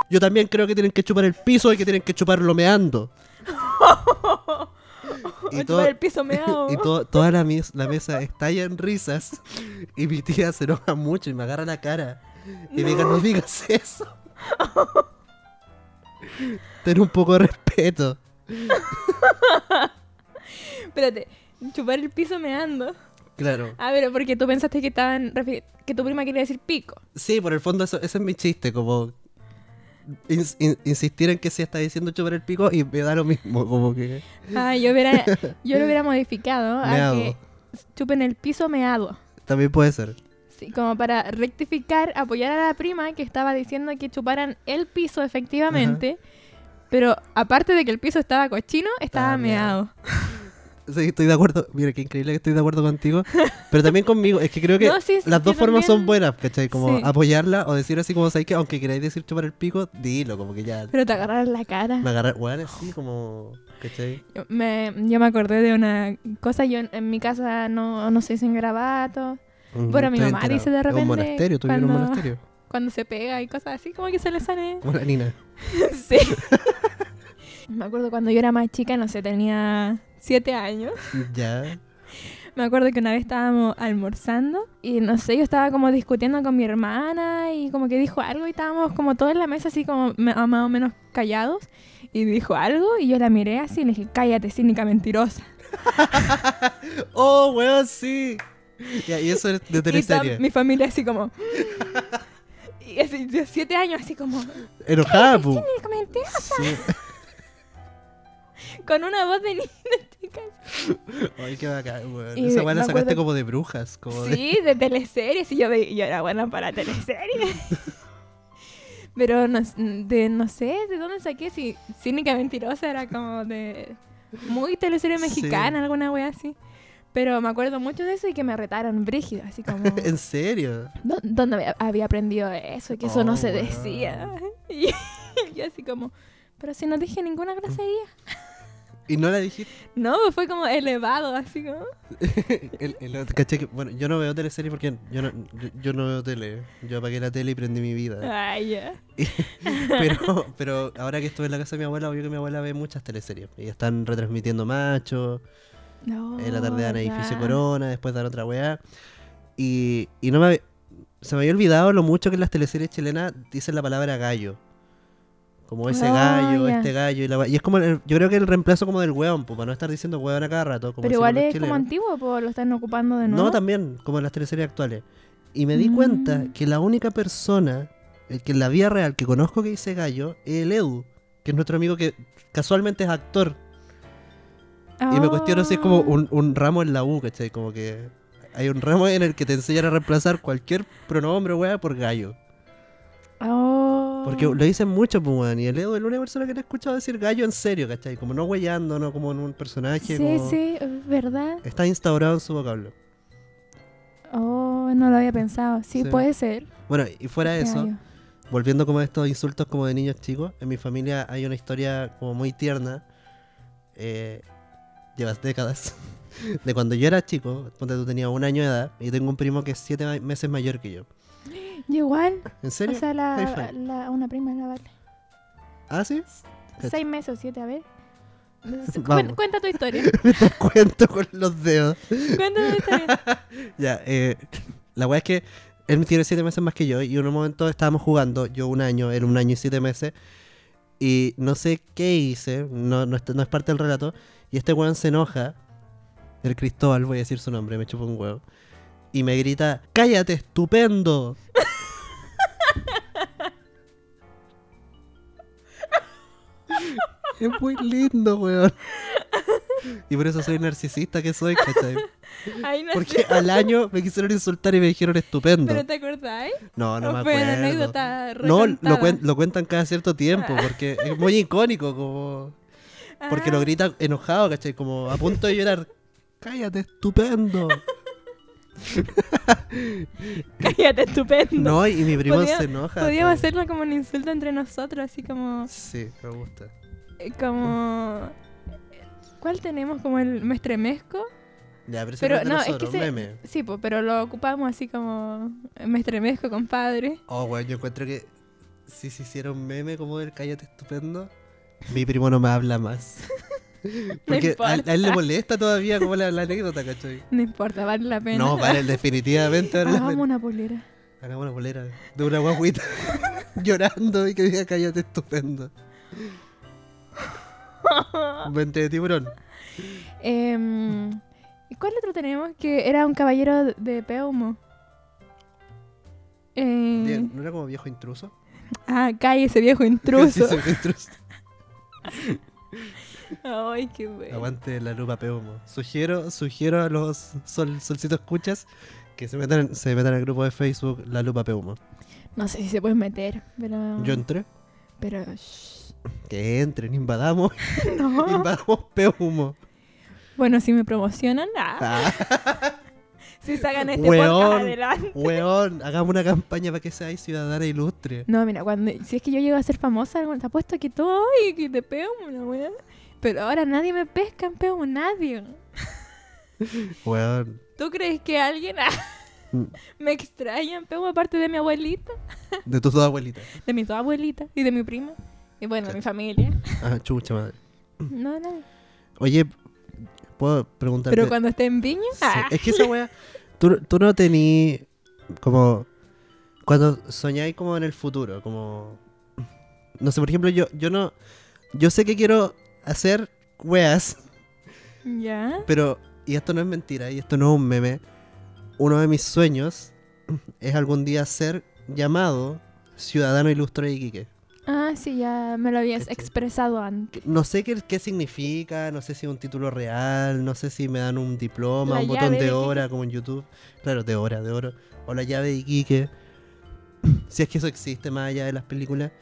[SPEAKER 1] Yo también creo que tienen que chupar el piso y que tienen que chuparlo meando. Y
[SPEAKER 2] Chupar
[SPEAKER 1] todo-
[SPEAKER 2] el piso meado.
[SPEAKER 1] Y to- toda la, mes- la mesa estalla en risas y mi tía se enoja mucho y me agarra la cara. Y me dice, no digas eso. Ten un poco de respeto.
[SPEAKER 2] Espérate, chupar el piso meando.
[SPEAKER 1] Claro.
[SPEAKER 2] Ah, pero porque tú pensaste que estaban refi- que tu prima quería decir pico.
[SPEAKER 1] Sí, por el fondo eso, ese es mi chiste, como ins- in- insistir en que se está diciendo chupar el pico y me da lo mismo, como que
[SPEAKER 2] Ah, yo hubiera, yo lo hubiera modificado a
[SPEAKER 1] Meado.
[SPEAKER 2] que chupen el piso meado.
[SPEAKER 1] también puede ser.
[SPEAKER 2] Sí, como para rectificar, apoyar a la prima que estaba diciendo que chuparan el piso efectivamente. Pero aparte de que el piso estaba cochino, estaba
[SPEAKER 1] Estaba meado.
[SPEAKER 2] meado.
[SPEAKER 1] Sí, estoy de acuerdo, mira, qué increíble que estoy de acuerdo contigo, pero también conmigo, es que creo que
[SPEAKER 2] No, sí, sí,
[SPEAKER 1] las dos
[SPEAKER 2] yo
[SPEAKER 1] formas son
[SPEAKER 2] también-
[SPEAKER 1] buenas, ¿cachai? Como
[SPEAKER 2] Sí.
[SPEAKER 1] apoyarla o decir así como, ¿sabes que Aunque queráis decir chupar el pico, dilo, como que ya...
[SPEAKER 2] Pero te agarraron la cara.
[SPEAKER 1] Me agarrar, weón, así como, ¿cachai?
[SPEAKER 2] Yo me, yo me acordé de una cosa, yo en, en mi casa no, no se dicen grabatos, Bueno, mi
[SPEAKER 1] Mm, Estoy
[SPEAKER 2] mamá dice de
[SPEAKER 1] enterado. Es
[SPEAKER 2] repente
[SPEAKER 1] Un monasterio, tú vives en un
[SPEAKER 2] cuando-
[SPEAKER 1] monasterio,
[SPEAKER 2] cuando se pega y cosas así, como que se le sale.
[SPEAKER 1] como la nina.
[SPEAKER 2] sí. me acuerdo cuando yo era más chica, no sé, tenía siete años.
[SPEAKER 1] Ya,
[SPEAKER 2] Me acuerdo que una vez estábamos almorzando y no sé, yo estaba como discutiendo con mi hermana y como que dijo algo y estábamos como todos en la mesa así como me- ah, más o menos callados y dijo algo y yo la miré así y le dije, cállate, cínica mentirosa.
[SPEAKER 1] ¡Oh, weón, sí! Ya, y eso es de
[SPEAKER 2] Y está
[SPEAKER 1] teleserie.
[SPEAKER 2] mi familia así como... Y así, de siete años así como...
[SPEAKER 1] Enojada, pu.
[SPEAKER 2] "Mira, comenté",
[SPEAKER 1] Sí.
[SPEAKER 2] Con una voz de niña, chicas.
[SPEAKER 1] Ay, qué bacán, weón.
[SPEAKER 2] Y
[SPEAKER 1] Esa
[SPEAKER 2] me
[SPEAKER 1] weá la
[SPEAKER 2] acuerdo-
[SPEAKER 1] sacaste como de brujas. Como de-
[SPEAKER 2] Sí, de teleseries. Y yo, veía- yo era buena para teleseries. Pero no, s- de, no sé de dónde saqué si Cínica Mentirosa era como de. Muy teleserie
[SPEAKER 1] Sí.
[SPEAKER 2] mexicana, alguna wea así. Pero me acuerdo mucho de eso y que me retaron brígido, así como.
[SPEAKER 1] ¿En serio?
[SPEAKER 2] "¿Dó- ¿Dónde había- había aprendido eso? Y que eso
[SPEAKER 1] Oh,
[SPEAKER 2] no se
[SPEAKER 1] weón.
[SPEAKER 2] decía. Y yo, así como. Pero si no dije ninguna grosería.
[SPEAKER 1] ¿Y no la dijiste?
[SPEAKER 2] No, fue como elevado, así como.
[SPEAKER 1] El- el otro- caché que- bueno, yo no veo teleserie porque yo no, yo, yo no veo tele. Yo apagué la tele y prendí mi vida.
[SPEAKER 2] Ay, ya.
[SPEAKER 1] Pero, pero ahora que estuve en la casa de mi abuela, obvio que mi abuela ve muchas teleseries. Y están retransmitiendo Macho,
[SPEAKER 2] No.
[SPEAKER 1] en la tarde dan Edificio
[SPEAKER 2] Oh, ya.
[SPEAKER 1] Corona, después dan otra weá. Y, y no me había- se me había olvidado lo mucho que en las teleseries chilenas dicen la palabra gallo. Como ese
[SPEAKER 2] Ah,
[SPEAKER 1] gallo,
[SPEAKER 2] ya.
[SPEAKER 1] este gallo y la weá. Y es como, el- yo creo que el reemplazo como del weón, pues, para no estar diciendo weón a cada rato. Como
[SPEAKER 2] Pero
[SPEAKER 1] decimos
[SPEAKER 2] igual
[SPEAKER 1] los
[SPEAKER 2] es como
[SPEAKER 1] chilenos.
[SPEAKER 2] antiguo, po, lo están ocupando de nuevo.
[SPEAKER 1] No, también, como en las teleseries actuales. Y me di
[SPEAKER 2] Mm.
[SPEAKER 1] cuenta que la única persona eh, que en la vida real que conozco que dice gallo es el Edu, que es nuestro amigo que casualmente es actor. Y me cuestiono si es como
[SPEAKER 2] Ah.
[SPEAKER 1] un, un ramo en la U, ¿cachai? Como que hay un ramo en el que te enseñan a reemplazar cualquier pronombre, weá, por gallo.
[SPEAKER 2] Ah.
[SPEAKER 1] Porque lo dicen mucho, pues, weón. Y el Edu es la única persona que te he escuchado decir gallo en serio, ¿cachai? Como no weyando, no como en un personaje.
[SPEAKER 2] Sí,
[SPEAKER 1] como-
[SPEAKER 2] sí, es ¿verdad?
[SPEAKER 1] Está instaurado en su vocablo.
[SPEAKER 2] Oh, no lo había pensado. Sí,
[SPEAKER 1] Sí.
[SPEAKER 2] puede ser.
[SPEAKER 1] Bueno, y fuera de eso,
[SPEAKER 2] Gallo.
[SPEAKER 1] volviendo como a estos insultos como de niños chicos, en mi familia hay una historia como muy tierna, eh, llevas décadas, de cuando yo era chico, cuando tú tenías un año de edad, y tengo un primo que es siete ma- meses mayor que yo.
[SPEAKER 2] Y igual,
[SPEAKER 1] ¿En
[SPEAKER 2] o
[SPEAKER 1] serio?
[SPEAKER 2] sea, la,
[SPEAKER 1] Hi-fi.
[SPEAKER 2] la- una prima la vale.
[SPEAKER 1] ¿Ah, sí? Cacha.
[SPEAKER 2] Seis meses o siete, a ver. Cu-
[SPEAKER 1] Vamos.
[SPEAKER 2] Cuenta tu historia.
[SPEAKER 1] Te cuento con los dedos.
[SPEAKER 2] Cuenta tu historia.
[SPEAKER 1] Ya, eh, la weá es que él tiene siete meses más que yo y en un momento estábamos jugando, yo un año, él un año y siete meses, y no sé qué hice, no, no, est- no es parte del relato, y este weón se enoja, el Cristóbal, voy a decir su nombre, me chupa un huevo, y me grita, cállate, estupendo. Es muy lindo, weón. Y por eso soy narcisista que soy, ¿cachai?
[SPEAKER 2] Ahí no
[SPEAKER 1] Porque al año me quisieron insultar y me dijeron estupendo.
[SPEAKER 2] Pero te acordáis.
[SPEAKER 1] No, no me
[SPEAKER 2] ¿O fue una
[SPEAKER 1] acuerdo.
[SPEAKER 2] anécdota
[SPEAKER 1] No, lo,
[SPEAKER 2] recontada?
[SPEAKER 1] cuen- lo cuentan cada cierto tiempo, porque es muy icónico, como... Porque lo
[SPEAKER 2] Ah,
[SPEAKER 1] grita enojado, ¿cachai? Como a punto de llorar. Cállate, estupendo.
[SPEAKER 2] Ah, Cállate, estupendo.
[SPEAKER 1] No, y mi primo
[SPEAKER 2] Podía-
[SPEAKER 1] se enoja.
[SPEAKER 2] Podríamos
[SPEAKER 1] como-
[SPEAKER 2] hacerlo como un insulto entre nosotros, así como.
[SPEAKER 1] Sí, me gusta.
[SPEAKER 2] eh, como eh, ¿Cuál tenemos? Como el me estremezco.
[SPEAKER 1] Ya, pero, ese
[SPEAKER 2] Pero
[SPEAKER 1] es de
[SPEAKER 2] no, es
[SPEAKER 1] nosotros,
[SPEAKER 2] que se-
[SPEAKER 1] meme.
[SPEAKER 2] Sí, po, pero lo ocupamos así como eh, me estremezco, compadre.
[SPEAKER 1] Oh, weón, yo encuentro que si se hiciera un meme como el cállate estupendo, mi primo no me habla más. Porque a, a él le
[SPEAKER 2] importa.
[SPEAKER 1] molesta todavía como la, la anécdota, ¿cachai?
[SPEAKER 2] No importa, vale la pena. Ah,
[SPEAKER 1] No, vale, definitivamente vale la
[SPEAKER 2] Hagamos
[SPEAKER 1] pena.
[SPEAKER 2] una polera.
[SPEAKER 1] Hagamos una bolera de una guaguita llorando y que diga cállate estupendo. Vente de tiburón.
[SPEAKER 2] Em, ¿y ¿Cuál otro tenemos? Que era un caballero de Peumo. Eh,
[SPEAKER 1] Bien, ¿No era como viejo intruso?
[SPEAKER 2] ah, cae ese viejo intruso.
[SPEAKER 1] Sí, soy intruso.
[SPEAKER 2] Ay, qué bueno.
[SPEAKER 1] Aguante la lupa Peumo. Sugiero, sugiero a los sol, solcitos escuchas que se metan, se metan al grupo de Facebook La Lupa Peumo.
[SPEAKER 2] No sé si se puede meter, pero.
[SPEAKER 1] Yo entré.
[SPEAKER 2] Pero. shh,
[SPEAKER 1] Que entren, invadamos,
[SPEAKER 2] no.
[SPEAKER 1] invadamos Peumo.
[SPEAKER 2] Bueno, si me promocionan, ah,
[SPEAKER 1] Ah,
[SPEAKER 2] si sacan este
[SPEAKER 1] Weón.
[SPEAKER 2] podcast adelante.
[SPEAKER 1] weón, hagamos una campaña para que seáis ciudadana ilustre.
[SPEAKER 2] No, mira, cuando, si es que yo llego a ser famosa, algún- te apuesto que todo y que te pego una weá. Pero ahora nadie me pesca, pego nadie.
[SPEAKER 1] Weón.
[SPEAKER 2] ¿Tú crees que alguien ah,
[SPEAKER 1] Mm.
[SPEAKER 2] me extraña, pego aparte de mi abuelita,
[SPEAKER 1] De tus dos abuelitas.
[SPEAKER 2] de mi dos abuelita y de mi prima? Y bueno, mi familia.
[SPEAKER 1] Ah, chucha madre.
[SPEAKER 2] No, nadie.
[SPEAKER 1] Oye, puedo preguntarte.
[SPEAKER 2] Pero cuando esté en Viña,
[SPEAKER 1] Sí,
[SPEAKER 2] ah,
[SPEAKER 1] Es que esa wea. Tú, tú no tení. Como. Cuando soñáis como en el futuro. Como. No sé, por ejemplo, yo, yo no. Yo sé que quiero hacer weas.
[SPEAKER 2] ya.
[SPEAKER 1] Pero. Y esto no es mentira. Y esto no es un meme. uno de mis sueños es algún día ser llamado ciudadano ilustre de Iquique.
[SPEAKER 2] Ah, sí, ya me lo habías
[SPEAKER 1] ¿Cachai?
[SPEAKER 2] expresado antes.
[SPEAKER 1] No sé qué, qué significa, no sé si es un título real, no sé si me dan un diploma,
[SPEAKER 2] La
[SPEAKER 1] un botón
[SPEAKER 2] llave
[SPEAKER 1] de
[SPEAKER 2] de
[SPEAKER 1] hora como en YouTube. Claro, de hora, de oro. O la llave de Iquique. Si es que eso existe más allá de las películas.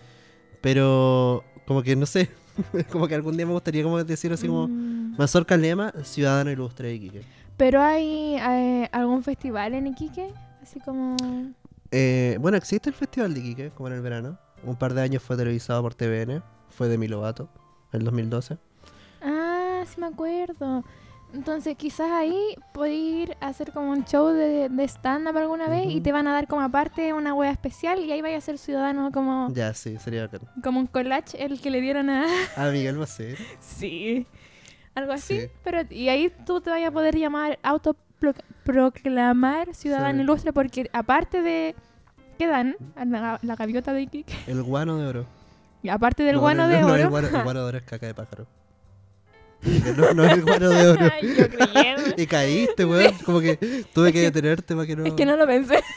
[SPEAKER 1] Pero como que no sé, como que algún día me gustaría como decir así como...
[SPEAKER 2] Mm.
[SPEAKER 1] Mazorca Lema, ciudadano ilustre de Iquique.
[SPEAKER 2] Pero hay, eh, algún festival en Iquique, así como...
[SPEAKER 1] Eh, bueno, existe el Festival de Iquique, como en el verano. Un par de años fue televisado por TVN. Fue de Milovato, en el 2012.
[SPEAKER 2] Ah, sí me acuerdo. Entonces quizás ahí podéis ir a hacer como un show de, de stand-up alguna vez y
[SPEAKER 1] Ujú.
[SPEAKER 2] te van a dar como aparte una hueá especial y ahí vais a ser ciudadano como,
[SPEAKER 1] Ya, sí, sería bacán.
[SPEAKER 2] como un collage, el que le dieron a...
[SPEAKER 1] Ah, Miguel Bosé.
[SPEAKER 2] Sí. Algo así,
[SPEAKER 1] Sí.
[SPEAKER 2] pero y ahí tú te vas a poder llamar autoproclamar ciudadano
[SPEAKER 1] Sí.
[SPEAKER 2] ilustre porque aparte de ¿qué dan? A La, la gaviota de Iquique,
[SPEAKER 1] El guano de oro.
[SPEAKER 2] y aparte del
[SPEAKER 1] No,
[SPEAKER 2] guano
[SPEAKER 1] no,
[SPEAKER 2] de
[SPEAKER 1] no,
[SPEAKER 2] oro.
[SPEAKER 1] el, guano, el guano de oro es caca de pájaro. No, no, el guano de oro.
[SPEAKER 2] Ay, yo creyendo.
[SPEAKER 1] Y caíste, weón. Como que tuve que detenerte para que no.
[SPEAKER 2] Es que no lo pensé.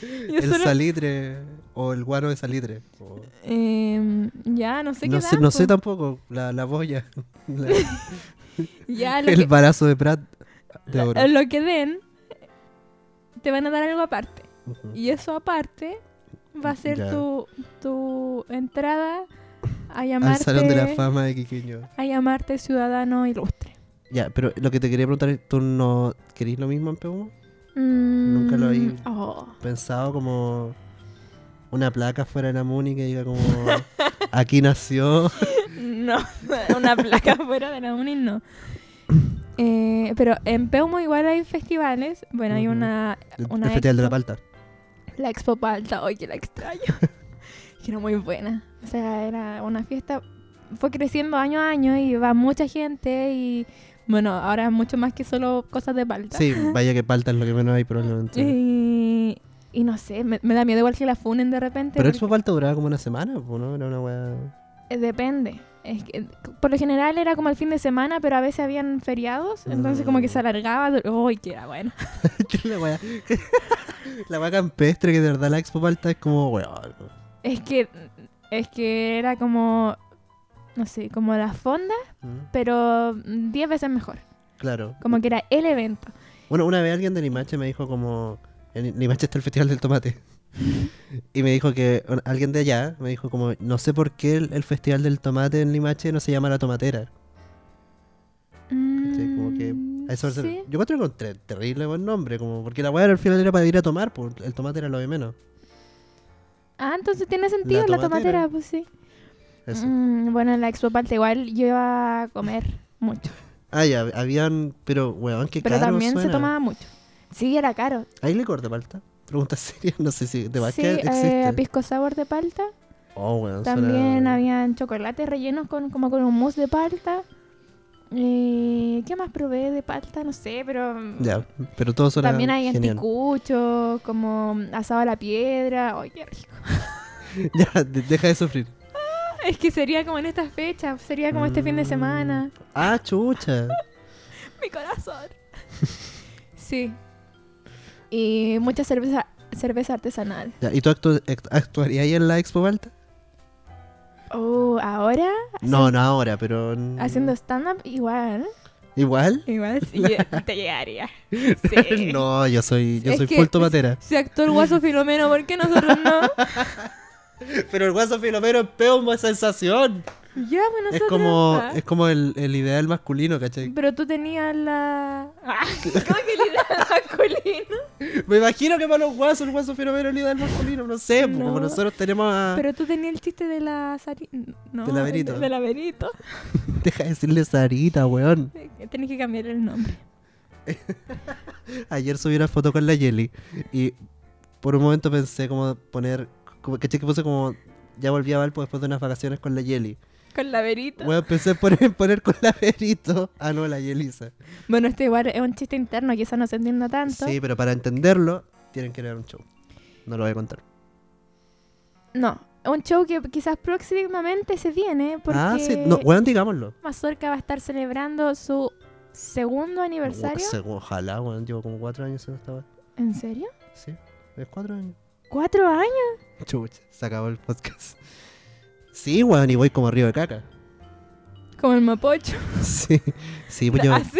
[SPEAKER 2] Yo
[SPEAKER 1] el
[SPEAKER 2] solo-
[SPEAKER 1] salitre. O el guano de salitre. o-
[SPEAKER 2] Em, ya, no sé
[SPEAKER 1] No
[SPEAKER 2] qué
[SPEAKER 1] sé,
[SPEAKER 2] dan,
[SPEAKER 1] no sé
[SPEAKER 2] po.
[SPEAKER 1] tampoco. La, la boya. La-
[SPEAKER 2] pues. Ya, lo,
[SPEAKER 1] el
[SPEAKER 2] que,
[SPEAKER 1] balazo de Pratt de oro.
[SPEAKER 2] lo que den, te van a dar algo aparte.
[SPEAKER 1] Ujú.
[SPEAKER 2] Y eso aparte va a ser
[SPEAKER 1] Ya.
[SPEAKER 2] tu, tu entrada a
[SPEAKER 1] Al
[SPEAKER 2] llamarte,
[SPEAKER 1] Salón de la Fama de Quiqueño.
[SPEAKER 2] a llamarte ciudadano ilustre.
[SPEAKER 1] Ya, pero lo que te quería preguntar es, ¿tú no querís lo mismo en PUMO? Nunca lo oí.
[SPEAKER 2] Mm, oh.
[SPEAKER 1] Pensado como una placa fuera de la MUNI que diga como, aquí nació.
[SPEAKER 2] No, una placa fuera de la uni no. Eh, pero en Peumo igual hay festivales. Bueno, hay
[SPEAKER 1] Ujú.
[SPEAKER 2] una,
[SPEAKER 1] El,
[SPEAKER 2] una
[SPEAKER 1] el Festival Eh, de la Palta.
[SPEAKER 2] expo. La Expo Palta, oye, la extraño. que era muy buena. O sea, era una fiesta. Fue creciendo año a año y va mucha gente y. Bueno, ahora es mucho más que solo cosas de palta.
[SPEAKER 1] Sí, vaya que Palta es lo que menos hay probablemente.
[SPEAKER 2] Y, y no sé, me, me da miedo igual que la funen de repente.
[SPEAKER 1] Pero
[SPEAKER 2] porque-
[SPEAKER 1] Expo Palta duraba como una semana, po, ¿no? Era una weá...
[SPEAKER 2] Eh, Depende. Es que, eh, por lo general era como el fin de semana, pero a veces habían feriados, entonces como que se
[SPEAKER 1] Mm.
[SPEAKER 2] alargaba. dur- Uy, que era bueno.
[SPEAKER 1] la weá... la weá campestre que de verdad la Expo Palta es como, weón...
[SPEAKER 2] Es que, es que era como, no sé, como la fonda,
[SPEAKER 1] ¿Mm?
[SPEAKER 2] pero 10 veces mejor.
[SPEAKER 1] Claro.
[SPEAKER 2] Como que era el evento.
[SPEAKER 1] Bueno, una vez alguien de Limache me dijo como... En Limache está el Festival del Tomate. y me dijo que... un- Alguien de allá me dijo como... No sé por qué el, el Festival del Tomate en Limache no se llama La Tomatera. ¿Cachai? Como que...
[SPEAKER 2] Mm,
[SPEAKER 1] a eso se-
[SPEAKER 2] sí.
[SPEAKER 1] Yo encuentro que encontré terrible buen nombre. como Porque la weá al final era para ir a tomar. pues, el tomate era lo de menos.
[SPEAKER 2] Ah, entonces tiene sentido la,
[SPEAKER 1] La tomatera.
[SPEAKER 2] tomatera, pues sí.
[SPEAKER 1] Eso.
[SPEAKER 2] Mm, bueno, en la Expo Palta igual yo iba a comer mucho,
[SPEAKER 1] Ah, ya. Habían... Pero, weón, qué
[SPEAKER 2] pero
[SPEAKER 1] caro
[SPEAKER 2] también se
[SPEAKER 1] suena.
[SPEAKER 2] tomaba mucho. Sí, era caro.
[SPEAKER 1] ¿Hay licor de palta? Pregunta seria. No sé si de más
[SPEAKER 2] sí,
[SPEAKER 1] que
[SPEAKER 2] eh,
[SPEAKER 1] existe.
[SPEAKER 2] pisco sour de palta.
[SPEAKER 1] oh, weón. suena-
[SPEAKER 2] También habían chocolates rellenos con como con un mousse de palta. Eh, ¿Qué más probé de palta? No sé, pero mm,
[SPEAKER 1] Ya. Pero todo suena
[SPEAKER 2] también hay
[SPEAKER 1] genial.
[SPEAKER 2] anticuchos, como asado a la piedra. ¡Ay, qué rico!
[SPEAKER 1] ya, de- deja de sufrir.
[SPEAKER 2] Es que sería como en estas fechas, sería como este fin de
[SPEAKER 1] Mm.
[SPEAKER 2] semana.
[SPEAKER 1] Ah, chucha. Mm.
[SPEAKER 2] Mi corazón. sí. Y mucha cerveza, cerveza artesanal.
[SPEAKER 1] Ya, ¿Y tú actu- act- actuarías ahí en la Expo Balta?
[SPEAKER 2] Oh, ahora
[SPEAKER 1] No, no ahora, pero... en-
[SPEAKER 2] haciendo stand-up, igual.
[SPEAKER 1] ¿Igual?
[SPEAKER 2] Igual sí, te llegaría. Sí.
[SPEAKER 1] no, yo soy, yo
[SPEAKER 2] Es
[SPEAKER 1] soy
[SPEAKER 2] que-
[SPEAKER 1] full tomatera.
[SPEAKER 2] Si actuó el guaso Filomeno, ¿por qué nosotros no?
[SPEAKER 1] Pero el guaso filomero es peor sensación.
[SPEAKER 2] ya, pues nosotros.
[SPEAKER 1] Es como,
[SPEAKER 2] ah.
[SPEAKER 1] es como el, el ideal masculino, ¿cachai?
[SPEAKER 2] Pero tú tenías la. Ah, ¿Cómo que el ideal masculino?
[SPEAKER 1] Me imagino que para los guasos el guaso filomero es el ideal masculino, no sé, po, como
[SPEAKER 2] No.
[SPEAKER 1] nosotros tenemos a...
[SPEAKER 2] Pero tú tenías el chiste de la. Sari... No,
[SPEAKER 1] Ah. Del averito.
[SPEAKER 2] Del averito.
[SPEAKER 1] Deja de decirle Sarita, weón.
[SPEAKER 2] Tenés que cambiar el nombre.
[SPEAKER 1] Ayer subí una foto con la Yeli y por un momento pensé como poner... Como, ¿Cachai? Que puse como... Ya volví a Valpo después de unas vacaciones con la Yeli.
[SPEAKER 2] Con la averito.
[SPEAKER 1] Bueno, pensé en poner, en poner con la Perito. Ah, no, la Yelisa.
[SPEAKER 2] Bueno, este igual es un chiste interno, quizás no se entienda tanto.
[SPEAKER 1] Sí, pero para entenderlo, tienen que leer un show. No lo voy a contar.
[SPEAKER 2] No, un show que quizás próximamente se viene porque
[SPEAKER 1] Ah, sí. No, bueno, digámoslo.
[SPEAKER 2] Mazorca va a estar celebrando su segundo aniversario.
[SPEAKER 1] Ua- se- Ojalá, weón. Llevo como cuatro años en esta weá.
[SPEAKER 2] ¿En serio?
[SPEAKER 1] Sí, es cuatro años.
[SPEAKER 2] ¿Cuatro años?
[SPEAKER 1] Chucha, se acabó el podcast. Sí, weón, y voy como río de caca.
[SPEAKER 2] Como el mapocho.
[SPEAKER 1] Sí, sí, pues yo
[SPEAKER 2] Así.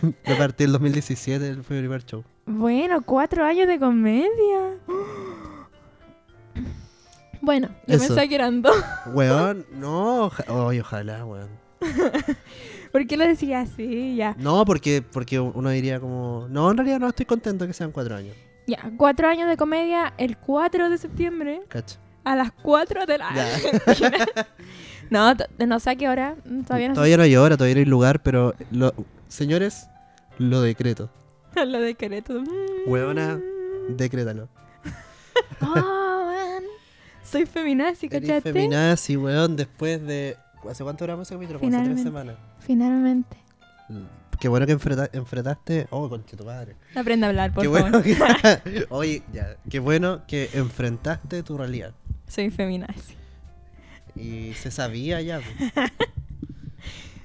[SPEAKER 1] yo partí el 2017, fue mi primer show.
[SPEAKER 2] Bueno, cuatro años de comedia. Bueno, yo
[SPEAKER 1] Eso.
[SPEAKER 2] pensaba que eran dos.
[SPEAKER 1] Weón, no, oja- ay, ojalá, weón.
[SPEAKER 2] ¿Por qué lo decía así? Ya.
[SPEAKER 1] No, porque, porque uno diría como, no, en realidad no estoy contento que sean cuatro años,
[SPEAKER 2] Ya, cuatro años de comedia el 4 de septiembre
[SPEAKER 1] cacha.
[SPEAKER 2] a las 4 de la no, t- no sé a qué hora. mm, Todavía no
[SPEAKER 1] Todavía no hay hora, todavía no hay lugar, pero, lo- señores, lo decreto.
[SPEAKER 2] sé lo de Querétaro. Mm.
[SPEAKER 1] Huevona. Decrétalo.
[SPEAKER 2] Oh, man. Soy feminazi,
[SPEAKER 1] Eres
[SPEAKER 2] ¿cachaste?
[SPEAKER 1] feminazi, weón, después de... ¿Hace cuánto grabamos ese capítulo? Como hace tres
[SPEAKER 2] Finalmente.
[SPEAKER 1] semanas.
[SPEAKER 2] Finalmente.
[SPEAKER 1] Qué bueno que enfreta- enfrentaste... Oh, conche tu madre.
[SPEAKER 2] Aprende a hablar, por
[SPEAKER 1] qué
[SPEAKER 2] favor.
[SPEAKER 1] bueno que- Oye, ya. Qué bueno que enfrentaste tu realidad.
[SPEAKER 2] Soy feminazi.
[SPEAKER 1] Y se sabía ya. pues.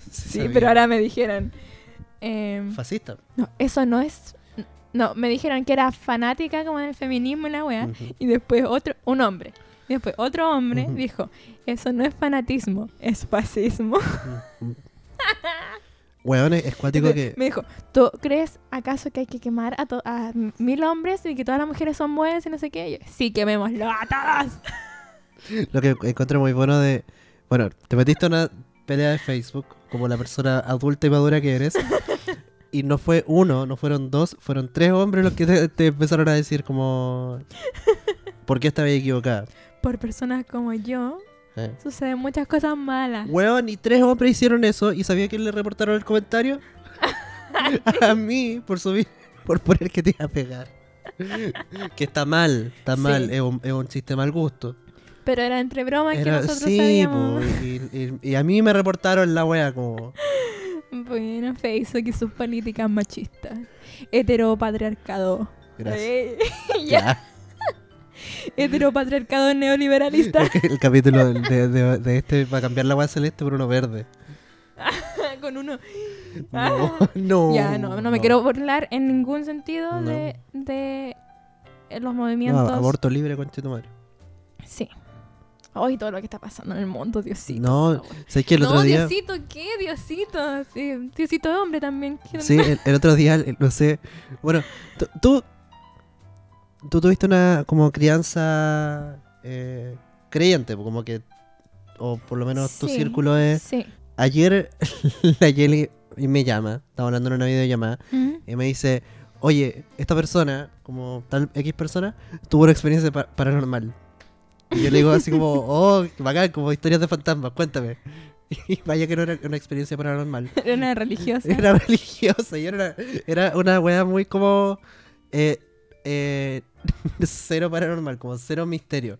[SPEAKER 1] Se
[SPEAKER 2] Sí,
[SPEAKER 1] sabía.
[SPEAKER 2] pero ahora me dijeron. em,
[SPEAKER 1] Fascista.
[SPEAKER 2] no, eso no es. No, me dijeron que era fanática como del feminismo y la weá.
[SPEAKER 1] Ujú.
[SPEAKER 2] Y después otro, un hombre. Y después otro hombre
[SPEAKER 1] Mm. Ujú.
[SPEAKER 2] dijo, eso no es fanatismo, es fascismo.
[SPEAKER 1] Weón, es, es cuático
[SPEAKER 2] Entonces,
[SPEAKER 1] que...
[SPEAKER 2] Me dijo, ¿tú crees acaso que hay que quemar a, to- a mil hombres y que todas las mujeres son buenas y no sé qué? Y yo, sí, quemémoslo a todas.
[SPEAKER 1] Lo que encuentro muy bueno de... Bueno, te metiste a una pelea de Facebook como la persona adulta y madura que eres. Y no fue uno, no fueron dos, fueron tres hombres los que te, te empezaron a decir como... ¿Por qué estaba equivocada?
[SPEAKER 2] Por personas como yo
[SPEAKER 1] Eh.
[SPEAKER 2] suceden muchas cosas malas.
[SPEAKER 1] Weón, y tres hombres hicieron eso y sabía que le reportaron el comentario. a mí, por subir, por poner que te iba a pegar. que está mal, está
[SPEAKER 2] Sí.
[SPEAKER 1] mal, es un, es un chiste mal gusto.
[SPEAKER 2] Pero era entre bromas que
[SPEAKER 1] Era-
[SPEAKER 2] nosotros
[SPEAKER 1] sí,
[SPEAKER 2] sabíamos.
[SPEAKER 1] po, y, y- y a mí me reportaron la wea como...
[SPEAKER 2] Bueno, Facebook y sus políticas machistas. Heteropatriarcado.
[SPEAKER 1] Gracias.
[SPEAKER 2] Eh, ya.
[SPEAKER 1] Ya.
[SPEAKER 2] Heteropatriarcado neoliberalista.
[SPEAKER 1] El capítulo de, de- de este va a cambiar la wea celeste por uno verde.
[SPEAKER 2] Con uno.
[SPEAKER 1] No, Oh, no.
[SPEAKER 2] Ah. ya, no, no me quiero burlar en ningún sentido
[SPEAKER 1] No.
[SPEAKER 2] de, de eh, los
[SPEAKER 1] No,
[SPEAKER 2] movimientos.
[SPEAKER 1] aborto libre, conche tu madre.
[SPEAKER 2] Sí. Hoy todo lo que está pasando en el mundo, Diosito.
[SPEAKER 1] No,
[SPEAKER 2] por favor.
[SPEAKER 1] sé que el
[SPEAKER 2] No,
[SPEAKER 1] otro día...
[SPEAKER 2] Diosito, ¿qué? Diosito. Sí, Diosito es hombre también. ¿qué
[SPEAKER 1] Sí,
[SPEAKER 2] onda?
[SPEAKER 1] el, el otro día, el- no sé. Bueno, tú- tú. Tú tuviste una como crianza eh, creyente, como que. O por lo menos tu
[SPEAKER 2] Sí.
[SPEAKER 1] círculo es.
[SPEAKER 2] Sí.
[SPEAKER 1] Ayer la Yeli me llama, estaba hablando en una videollamada,
[SPEAKER 2] Mm.
[SPEAKER 1] y me dice: Oye, esta persona, como tal X persona, tuvo una experiencia pa- paranormal. Y yo le digo así como: Oh, bacán, como historias de fantasmas, cuéntame. Y vaya que no era una experiencia paranormal.
[SPEAKER 2] Era una religiosa.
[SPEAKER 1] Era religiosa, yo era, era una wea muy como eh, eh, cero paranormal, como cero misterio.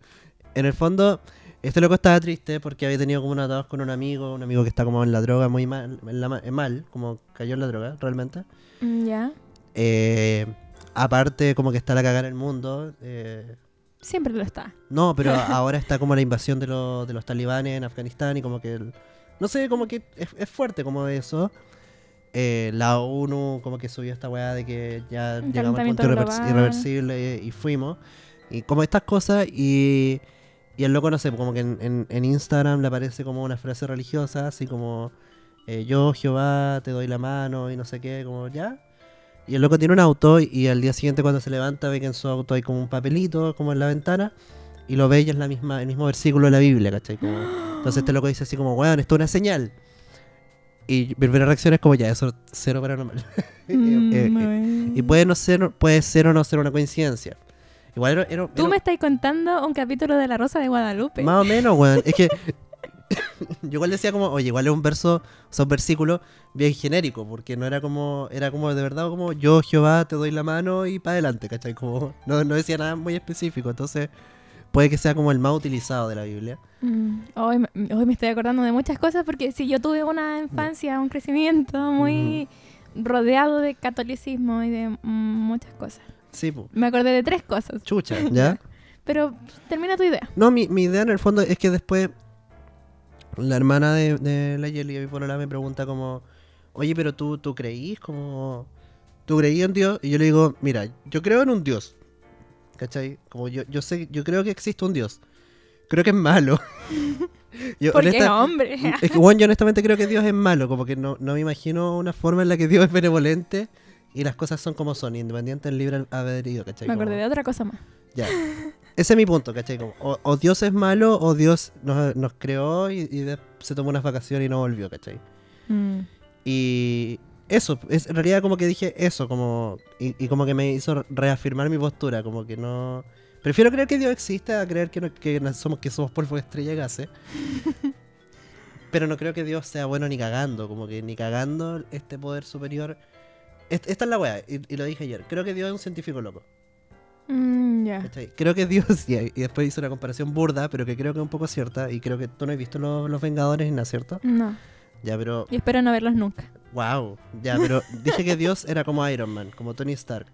[SPEAKER 1] En el fondo, este loco estaba triste porque había tenido como un atado con un amigo, un amigo que está como en la droga, muy mal, en la ma- eh, mal como cayó en la droga realmente.
[SPEAKER 2] Mm, Ya.
[SPEAKER 1] Eh, aparte, como que está la cagada en el mundo. eh,
[SPEAKER 2] Siempre lo está.
[SPEAKER 1] no, pero ahora está como la invasión de, lo- de los talibanes en Afganistán y como que... el- no sé, como que es, es fuerte como eso. Eh, la ONU como que subió esta weá de que ya
[SPEAKER 2] Un
[SPEAKER 1] llegamos a un
[SPEAKER 2] calentamiento
[SPEAKER 1] punto irrever-
[SPEAKER 2] global.
[SPEAKER 1] irreversible y, y fuimos. Y como estas cosas y... Y el loco, no sé, como que en, en- en Instagram le aparece como una frase religiosa, así como... eh, yo, Jehová, te doy la mano y no sé qué, como ya. Y el loco tiene un auto y, al día siguiente cuando se levanta ve que en su auto hay como un papelito, como en la ventana, y lo ve y es la misma, el mismo versículo de la Biblia, ¿cachai? Como- entonces este loco dice así como, weón, esto es una señal. Y mi primera reacción es como, ya, eso cero paranormal. Eh,
[SPEAKER 2] Mm,
[SPEAKER 1] eh, eh,
[SPEAKER 2] bueno.
[SPEAKER 1] y puede, no ser, puede ser o no ser una coincidencia. Igual era, era-
[SPEAKER 2] Tú
[SPEAKER 1] era-
[SPEAKER 2] me estás contando un capítulo de La Rosa de Guadalupe.
[SPEAKER 1] más o menos, weón. Es que yo igual decía como, oye, igual es un verso, son versículos bien genérico, porque no era como, era como de verdad como yo, Jehová, te doy la mano y para adelante, ¿cachai? Como no, no decía nada muy específico, entonces puede que sea como el más utilizado de la Biblia.
[SPEAKER 2] Mm, Hoy, me- hoy me estoy acordando de muchas cosas porque si yo tuve una infancia, un crecimiento muy
[SPEAKER 1] Mm.
[SPEAKER 2] rodeado de catolicismo y de mm, muchas cosas.
[SPEAKER 1] Sí, po.
[SPEAKER 2] Me acordé de tres cosas,
[SPEAKER 1] chucha, ¿ya?
[SPEAKER 2] pero termina tu idea.
[SPEAKER 1] No, mi, mi idea en el fondo es que después la hermana de, de la Yeli, mi polola, me pregunta como, oye, pero tú, tú creís como... ¿Tú creí en Dios? Y yo le digo, mira, yo creo en un Dios. ¿Cachai? Como yo, yo sé, yo creo que existe un Dios. Creo que es malo. Yo,
[SPEAKER 2] Porque
[SPEAKER 1] honesta-
[SPEAKER 2] hombre.
[SPEAKER 1] es que, bueno, yo honestamente creo que Dios es malo, como que no, no me imagino una forma en la que Dios es benevolente y las cosas son como son, independientes del libre albedrío, ¿cachai?
[SPEAKER 2] Me acordé
[SPEAKER 1] Como-
[SPEAKER 2] de otra cosa más.
[SPEAKER 1] ya. Ese es mi punto, ¿cachai? Como, o, o Dios es malo o Dios nos, nos creó y, y de- se tomó unas vacaciones y no volvió, ¿cachai? Y eso, es, en realidad como que dije eso, como y, y como que me hizo reafirmar mi postura, como que no... Prefiero creer que Dios existe a creer que, no- que no somos, que somos polvo de estrella de gases. Pero no creo que Dios sea bueno ni cagando, como que ni cagando este poder superior. Est- esta es la weá, y, y lo dije ayer. Creo que Dios es un científico loco.
[SPEAKER 2] Mm, ya.
[SPEAKER 1] ¿cachai? Creo que Dios, y, y después hice una comparación burda, pero que creo que es un poco cierta, y creo que tú no has visto los, los Vengadores, ¿no es cierto?
[SPEAKER 2] No.
[SPEAKER 1] Ya, pero
[SPEAKER 2] Y espero no verlos nunca.
[SPEAKER 1] Wow, ya, pero dije que Dios era como Iron Man, como Tony Stark,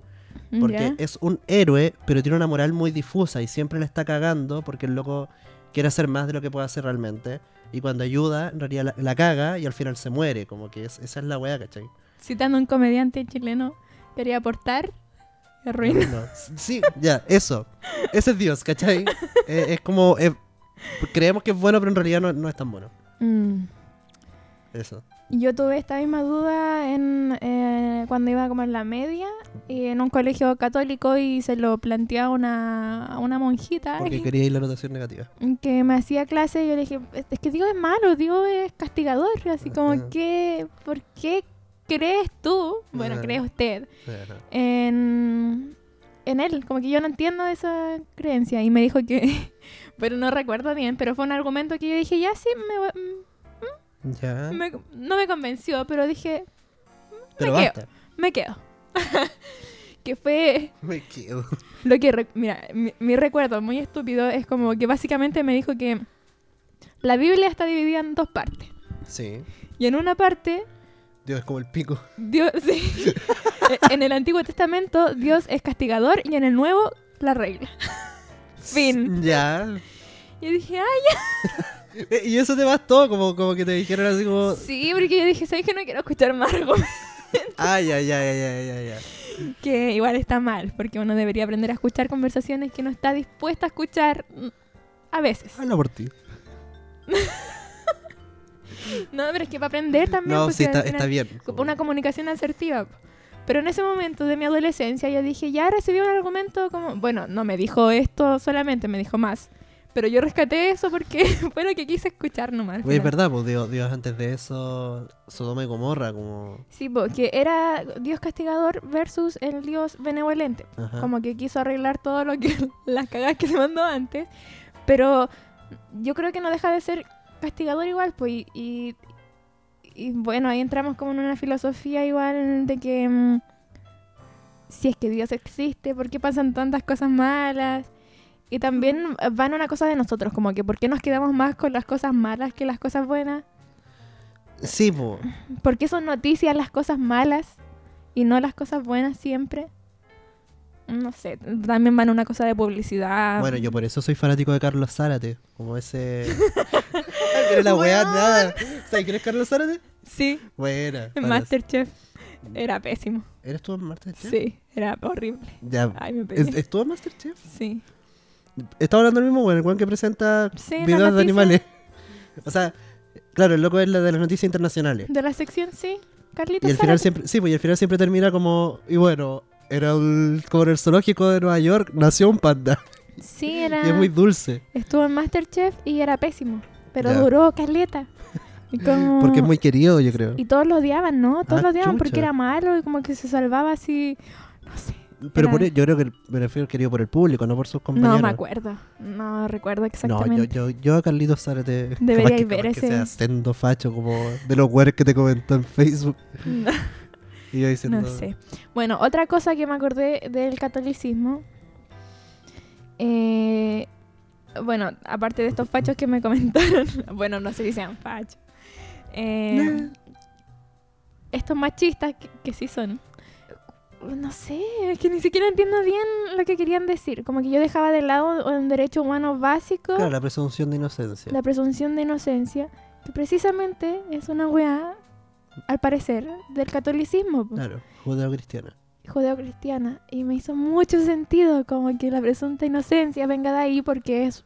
[SPEAKER 1] porque
[SPEAKER 2] ¿Ya?
[SPEAKER 1] es un héroe, pero tiene una moral muy difusa y siempre la está cagando porque el loco quiere hacer más de lo que puede hacer realmente. Y cuando ayuda, en realidad la, la caga y al final se muere, como que es- esa es la weá, ¿cachai?
[SPEAKER 2] Citando a un comediante chileno, quería aportar. y Arruina.
[SPEAKER 1] No, sí, ya, eso. Ese es Dios, ¿cachai? Eh, es como, eh, creemos que es bueno, pero en realidad no, no es tan bueno.
[SPEAKER 2] Mm.
[SPEAKER 1] Eso.
[SPEAKER 2] Y Yo tuve esta misma duda en, eh, cuando iba como en la media, y en un colegio católico, y se lo planteé a una, a una monjita
[SPEAKER 1] Porque quería ir la notación negativa.
[SPEAKER 2] que me hacía clase. Y yo le dije: Es que Dios es malo, Dios es castigador. Así
[SPEAKER 1] Ajá.
[SPEAKER 2] como, que ¿por qué crees tú? Bueno,
[SPEAKER 1] Ajá.
[SPEAKER 2] cree usted
[SPEAKER 1] Eh, no.
[SPEAKER 2] en, en él. Como que yo no entiendo esa creencia. Y me dijo que, pero no recuerdo bien, pero fue un argumento que yo dije, ya sí, me voy- mm,
[SPEAKER 1] Ya,
[SPEAKER 2] me- no me convenció, pero dije,
[SPEAKER 1] pero
[SPEAKER 2] me quedo.
[SPEAKER 1] basta.
[SPEAKER 2] me quedo. que fue
[SPEAKER 1] Me quedo.
[SPEAKER 2] lo que, re- mira, mi, mi recuerdo muy estúpido es como que básicamente me dijo que la Biblia está dividida en dos partes.
[SPEAKER 1] Sí,
[SPEAKER 2] Y en una parte
[SPEAKER 1] Dios es como el pico.
[SPEAKER 2] Dios, sí. en el Antiguo Testamento Dios es castigador y en el Nuevo la regla. Fin.
[SPEAKER 1] Ya.
[SPEAKER 2] Y dije, ah, ay,
[SPEAKER 1] Eh, Y eso te vas todo, como, como que te dijeron así como.
[SPEAKER 2] sí, porque yo dije, ¿sabes que no quiero escuchar más argumentos?
[SPEAKER 1] Ay, ay, ay, ay, ay, ay, ay.
[SPEAKER 2] Que igual está mal, porque uno debería aprender a escuchar conversaciones que no está dispuesta a escuchar mm, a veces.
[SPEAKER 1] Habla por ti.
[SPEAKER 2] No, pero es que para aprender también.
[SPEAKER 1] No,
[SPEAKER 2] pues,
[SPEAKER 1] sí,
[SPEAKER 2] al
[SPEAKER 1] está,
[SPEAKER 2] final-
[SPEAKER 1] está bien.
[SPEAKER 2] como una comunicación asertiva. po. Pero en ese momento de mi adolescencia yo dije, ya recibí un argumento como, bueno, no me dijo esto solamente, me dijo más. Pero yo rescaté eso porque fue lo que quise escuchar nomás. al
[SPEAKER 1] Oye, es
[SPEAKER 2] final.
[SPEAKER 1] verdad, pues Dios, Dios antes de eso, Sodoma y Gomorra, como.
[SPEAKER 2] Sí, porque era Dios castigador versus el Dios benevolente.
[SPEAKER 1] Ajá.
[SPEAKER 2] Como que quiso arreglar todo lo que las cagadas que se mandó antes. Pero yo creo que no deja de ser castigador igual, pues. Y, y- y bueno, ahí entramos como en una filosofía igual de que mm, si es que Dios existe, ¿por qué pasan tantas cosas malas? Y también van una cosa de nosotros, como que ¿por qué nos quedamos más con las cosas malas que las cosas buenas?
[SPEAKER 1] Sí, pues.
[SPEAKER 2] ¿Por qué son noticias las cosas malas y no las cosas buenas siempre? No sé, también van una cosa de publicidad.
[SPEAKER 1] Bueno, yo por eso soy fanático de Carlos Zárate. Como ese. Ay, pero la weá,
[SPEAKER 2] Weón.
[SPEAKER 1] nada. ¿Sabes quién es Carlos Zárate?
[SPEAKER 2] Sí,
[SPEAKER 1] Buena.
[SPEAKER 2] en
[SPEAKER 1] para-
[SPEAKER 2] Masterchef era pésimo.
[SPEAKER 1] ¿Eres tú en Masterchef?
[SPEAKER 2] Sí, era horrible.
[SPEAKER 1] Ya.
[SPEAKER 2] Ay, me
[SPEAKER 1] ¿Es-
[SPEAKER 2] pegué.
[SPEAKER 1] ¿Estuvo en Masterchef?
[SPEAKER 2] Sí.
[SPEAKER 1] Estaba hablando el mismo weón, el weón que presenta
[SPEAKER 2] Sí, las
[SPEAKER 1] videos de
[SPEAKER 2] noticias.
[SPEAKER 1] animales. O sea, claro, el loco es la de las noticias internacionales.
[SPEAKER 2] De la sección, sí. Carlitos
[SPEAKER 1] Y al final
[SPEAKER 2] Zárate.
[SPEAKER 1] siempre, sí, pues y al final siempre termina como, y bueno, era el, como en el zoológico de Nueva York, nació un panda.
[SPEAKER 2] Sí, era...
[SPEAKER 1] Y es muy dulce,
[SPEAKER 2] Estuvo en Masterchef y era pésimo. Pero
[SPEAKER 1] Ya.
[SPEAKER 2] duró caleta. Y como-
[SPEAKER 1] porque es muy querido, yo creo.
[SPEAKER 2] Ah. Y todos lo odiaban, ¿no? Todos
[SPEAKER 1] Ah,
[SPEAKER 2] lo odiaban porque
[SPEAKER 1] chucha.
[SPEAKER 2] era malo y como que se salvaba así... No sé.
[SPEAKER 1] Pero por- e,
[SPEAKER 2] era-
[SPEAKER 1] yo creo que me refiero al querido por el público, no por sus compañeros.
[SPEAKER 2] No me acuerdo. No recuerdo
[SPEAKER 1] No,
[SPEAKER 2] exactamente.
[SPEAKER 1] yo, yo, yo a Carlitos Zárate, capaz
[SPEAKER 2] Deberíais
[SPEAKER 1] que,
[SPEAKER 2] ver
[SPEAKER 1] capaz que
[SPEAKER 2] ese-
[SPEAKER 1] sea sendo facho, como de los weones que te comentó en Facebook.
[SPEAKER 2] No,
[SPEAKER 1] Y yo diciendo,
[SPEAKER 2] no sé. Bueno, otra cosa que me acordé del catolicismo. eh, bueno, aparte de estos fachos que me comentaron. bueno, no sé si sean fachos. eh,
[SPEAKER 1] Nah.
[SPEAKER 2] Estos machistas que, que sí son. No sé, es que ni siquiera entiendo bien lo que querían decir. Como que yo dejaba de lado un derecho humano básico.
[SPEAKER 1] Claro, la presunción de inocencia.
[SPEAKER 2] la presunción de inocencia, que precisamente es una weá al parecer, del catolicismo. po.
[SPEAKER 1] Claro, judeo-cristiana.
[SPEAKER 2] judeocristiana y me hizo mucho sentido como que la presunta inocencia venga de ahí porque es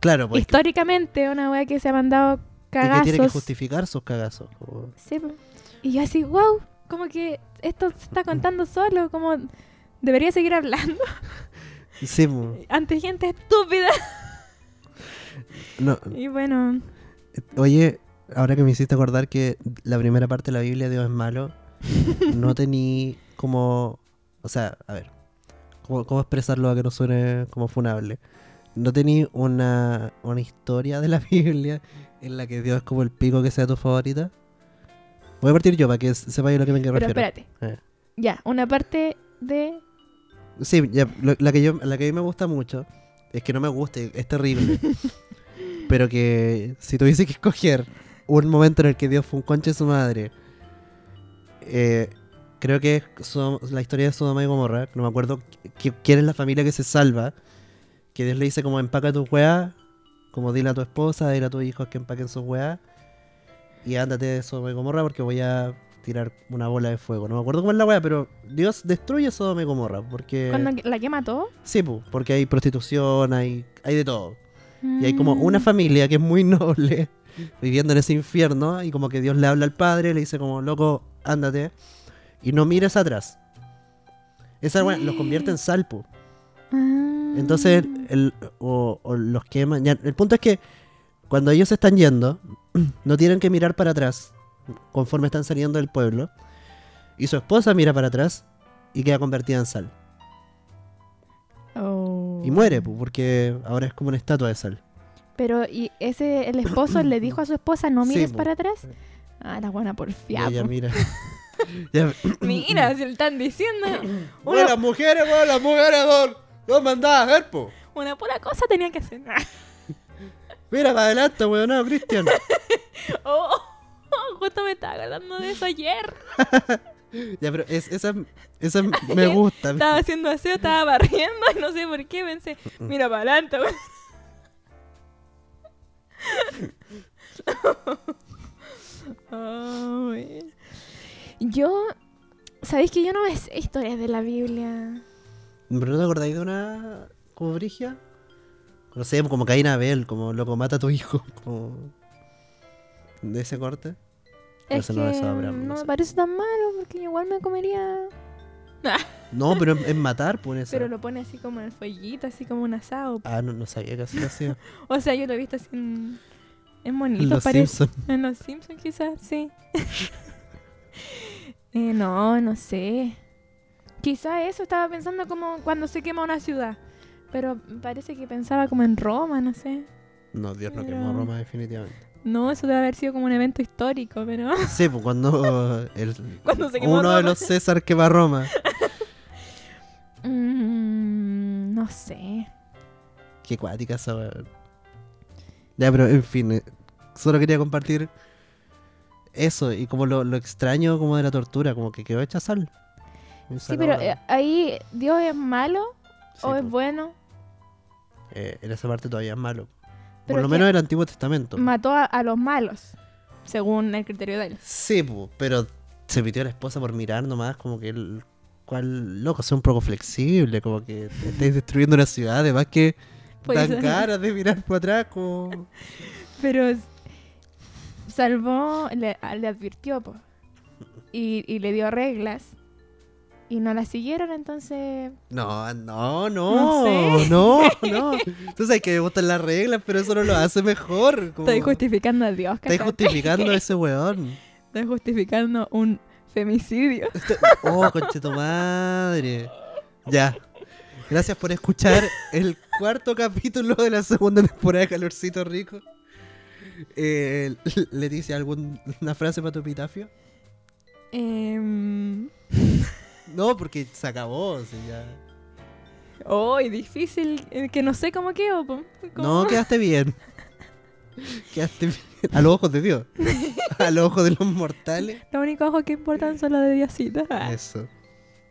[SPEAKER 1] Claro, pues.
[SPEAKER 2] históricamente una wea que se ha mandado
[SPEAKER 1] y que tiene que
[SPEAKER 2] cagazos.
[SPEAKER 1] justificar sus cagazos. como-
[SPEAKER 2] Sí, po. y yo así, wow, como que esto se
[SPEAKER 1] Mm.
[SPEAKER 2] está contando solo, como debería seguir hablando
[SPEAKER 1] Sí, mo.
[SPEAKER 2] ante gente estúpida.
[SPEAKER 1] no,
[SPEAKER 2] Y bueno,
[SPEAKER 1] Oye, ahora que me hiciste acordar que la primera parte de la Biblia, Dios es malo, no tení como. O sea, a ver, ¿cómo, cómo expresarlo a que no suene como funable? No tení una, una historia de la Biblia en la que Dios es como el pico que sea tu favorita. Voy a partir yo para que se- sepa yo a lo que me
[SPEAKER 2] pero
[SPEAKER 1] refiero.
[SPEAKER 2] espérate.
[SPEAKER 1] Eh.
[SPEAKER 2] Ya, una parte de...
[SPEAKER 1] Sí, ya, lo- la, que yo, la que a mí me gusta mucho es que no me guste, es terrible. pero que si tuviese que escoger un momento en el que Dios fue un conche su madre, eh, creo que es Sodom- la historia de Sodoma y Gomorra. No me acuerdo qui- quién es la familia que se salva. Que Dios le dice como empaca tus weas, como dile a tu esposa, dile a tus hijos que empaquen sus weas. Y ándate de Sodoma y Gomorra porque voy a tirar una bola de fuego. No me acuerdo cómo es la wea, pero Dios destruye Sodoma y Gomorra. Porque...
[SPEAKER 2] Cuando la que mató.
[SPEAKER 1] Sí, pu, porque hay prostitución, hay, hay de todo. Y hay como una familia que es muy noble viviendo en ese infierno y como que Dios le habla al padre, le dice como, loco, ándate y no mires atrás. Esa weá los convierte en salpo.
[SPEAKER 2] Ah.
[SPEAKER 1] Entonces, el- o, o los queman. ya, el punto es que cuando ellos se están yendo, no tienen que mirar para atrás conforme están saliendo del pueblo. Y su esposa mira para atrás y queda convertida en sal.
[SPEAKER 2] Oh.
[SPEAKER 1] Y muere, pu, porque ahora es como una estatua de sal.
[SPEAKER 2] Pero, ¿y ese, el esposo le dijo a su esposa, no
[SPEAKER 1] Sí,
[SPEAKER 2] mires
[SPEAKER 1] po.
[SPEAKER 2] para atrás? Ah, la buena
[SPEAKER 1] Y
[SPEAKER 2] porfiada.
[SPEAKER 1] ella mira. Ya-
[SPEAKER 2] Mira, se le están diciendo. Una,
[SPEAKER 1] Bueno, las mujeres, bueno, las mujeres, don. Dos mandadas, Gerpo.
[SPEAKER 2] una pura cosa tenía que hacer.
[SPEAKER 1] Mira para adelante, weonado, Cristian.
[SPEAKER 2] Oh, oh, justo me estaba acordando de eso ayer.
[SPEAKER 1] ya, pero es- esa, esa me gusta.
[SPEAKER 2] Estaba haciendo aseo, estaba barriendo y no sé por qué pensé,
[SPEAKER 1] Mm.
[SPEAKER 2] mira para adelante. güey. Oh, güey. yo, ¿sabéis que yo no me sé historias de la Biblia?
[SPEAKER 1] ¿Pero no te acordáis de una como brigia? No sé, como Caín Abel, como loco mata a tu hijo. Como... De ese corte. Pero
[SPEAKER 2] Es
[SPEAKER 1] eso
[SPEAKER 2] que
[SPEAKER 1] no lo sabrá, no
[SPEAKER 2] no me
[SPEAKER 1] sé.
[SPEAKER 2] parece tan malo porque yo igual me comería.
[SPEAKER 1] No, pero es, es matar, por eso.
[SPEAKER 2] Pero lo pone así como en el follito, así como un asado.
[SPEAKER 1] Ah, no, no sabía que así lo hacía.
[SPEAKER 2] O sea, yo lo he visto así en, en
[SPEAKER 1] En
[SPEAKER 2] monitos,
[SPEAKER 1] Los
[SPEAKER 2] parece.
[SPEAKER 1] Simpsons.
[SPEAKER 2] En los Simpsons, quizás, sí. Eh, no, no sé. Quizás eso estaba pensando como cuando se quema una ciudad. Pero parece que pensaba como en Roma, no sé.
[SPEAKER 1] No, Dios no quemó
[SPEAKER 2] Pero-
[SPEAKER 1] Roma definitivamente.
[SPEAKER 2] No, eso debe haber sido como un evento histórico, pero.
[SPEAKER 1] Sí, pues cuando, el,
[SPEAKER 2] Cuando se quemó
[SPEAKER 1] uno de
[SPEAKER 2] Roma.
[SPEAKER 1] los César quema Roma.
[SPEAKER 2] Mm, no sé.
[SPEAKER 1] Qué cuática esa weá. Ya, pero en fin, eh, solo quería compartir eso y como lo, lo extraño como de la tortura, como que quedó hecha sal. Y se
[SPEAKER 2] Sí, pero
[SPEAKER 1] acabó la-
[SPEAKER 2] eh, ahí, ¿Dios es malo
[SPEAKER 1] Sí, pues.
[SPEAKER 2] o es
[SPEAKER 1] po.
[SPEAKER 2] bueno?
[SPEAKER 1] Eh, en esa parte todavía es malo.
[SPEAKER 2] Pero
[SPEAKER 1] Por lo
[SPEAKER 2] es
[SPEAKER 1] menos
[SPEAKER 2] que
[SPEAKER 1] el Antiguo Testamento.
[SPEAKER 2] mató a, a los malos, según el criterio de él.
[SPEAKER 1] Sí, po, pero se pitió a la esposa por mirar nomás, como que el cual loco, sea un poco flexible, como que estáis destruyendo una ciudad, además que
[SPEAKER 2] Por
[SPEAKER 1] tan
[SPEAKER 2] eso-
[SPEAKER 1] caras de mirar para atrás, como
[SPEAKER 2] Pero s- salvó, le, a- le advirtió, po. Y, y le dio reglas. Y no las siguieron, entonces.
[SPEAKER 1] No, no, no,
[SPEAKER 2] No sé.
[SPEAKER 1] no, no. Tú sabes que me gustan las reglas, pero eso no lo hace mejor. como-
[SPEAKER 2] Estoy justificando a Dios,
[SPEAKER 1] Estáis
[SPEAKER 2] ¿cachai?
[SPEAKER 1] justificando a ese weón.
[SPEAKER 2] Estoy justificando un femicidio.
[SPEAKER 1] Oh, concheto madre. Ya. Gracias por escuchar el cuarto capítulo de la segunda temporada de Calorcito Rico. Eh, ¿Le dice alguna frase para tu epitafio?
[SPEAKER 2] Em,
[SPEAKER 1] No, porque se acabó. o sea, ya.
[SPEAKER 2] ¡Ay, oh, difícil! eh, Que no sé cómo quedó, po. ¿Cómo?
[SPEAKER 1] No, quedaste bien. Quedaste bien. A los ojos de Dios. A los ojos de los mortales.
[SPEAKER 2] Los únicos ojos que importan son los de Diosita.
[SPEAKER 1] Eso.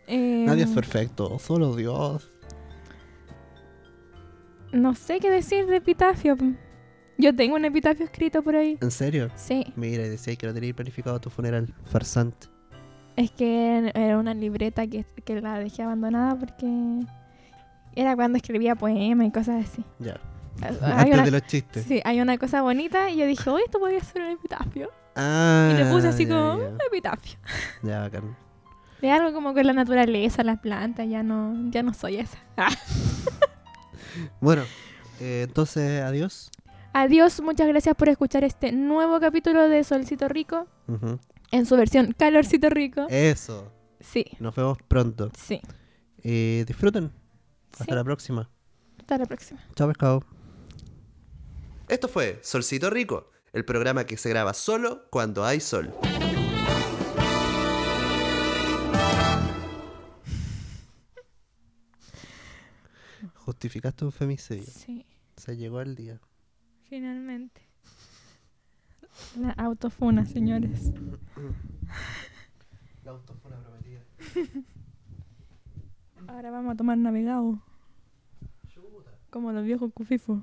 [SPEAKER 2] Em,
[SPEAKER 1] Nadie es perfecto, solo Dios.
[SPEAKER 2] No sé qué decir de Epitafio. po. Yo tengo un epitafio escrito por ahí.
[SPEAKER 1] ¿En serio?
[SPEAKER 2] Sí.
[SPEAKER 1] Mira, y decía que no tenías planificado tu funeral. Farsante.
[SPEAKER 2] Es que era una libreta que, que la dejé abandonada porque era cuando escribía poemas y cosas así.
[SPEAKER 1] Ya.
[SPEAKER 2] Hay
[SPEAKER 1] Antes
[SPEAKER 2] una,
[SPEAKER 1] de los chistes.
[SPEAKER 2] sí, hay una cosa bonita y yo dije, oh, esto podría ser un epitafio.
[SPEAKER 1] Ah,
[SPEAKER 2] y le puse así
[SPEAKER 1] ya,
[SPEAKER 2] como, "Ah".
[SPEAKER 1] Ya,
[SPEAKER 2] un epitafio.
[SPEAKER 1] ya. Ya, bacán.
[SPEAKER 2] De algo como con la naturaleza, las plantas, ya no, ya no soy esa.
[SPEAKER 1] Bueno, eh, entonces, adiós.
[SPEAKER 2] Adiós, muchas gracias por escuchar este nuevo capítulo de Solcito Rico
[SPEAKER 1] Ujú.
[SPEAKER 2] en su versión Calorcito Rico.
[SPEAKER 1] Eh. Eso.
[SPEAKER 2] Sí,
[SPEAKER 1] Nos vemos pronto.
[SPEAKER 2] sí.
[SPEAKER 1] Eh, disfruten. Hasta
[SPEAKER 2] sí.
[SPEAKER 1] la próxima.
[SPEAKER 2] Hasta la próxima.
[SPEAKER 1] Chao, pescado. Esto fue Solcito Rico, el programa que se graba solo cuando hay sol. Justificaste un femicidio.
[SPEAKER 2] Sí,
[SPEAKER 1] Se llegó el día.
[SPEAKER 2] finalmente. La autofuna, señores.
[SPEAKER 1] La autofona prometida.
[SPEAKER 2] Ahora vamos a tomar navegado. Como los viejos cufifos.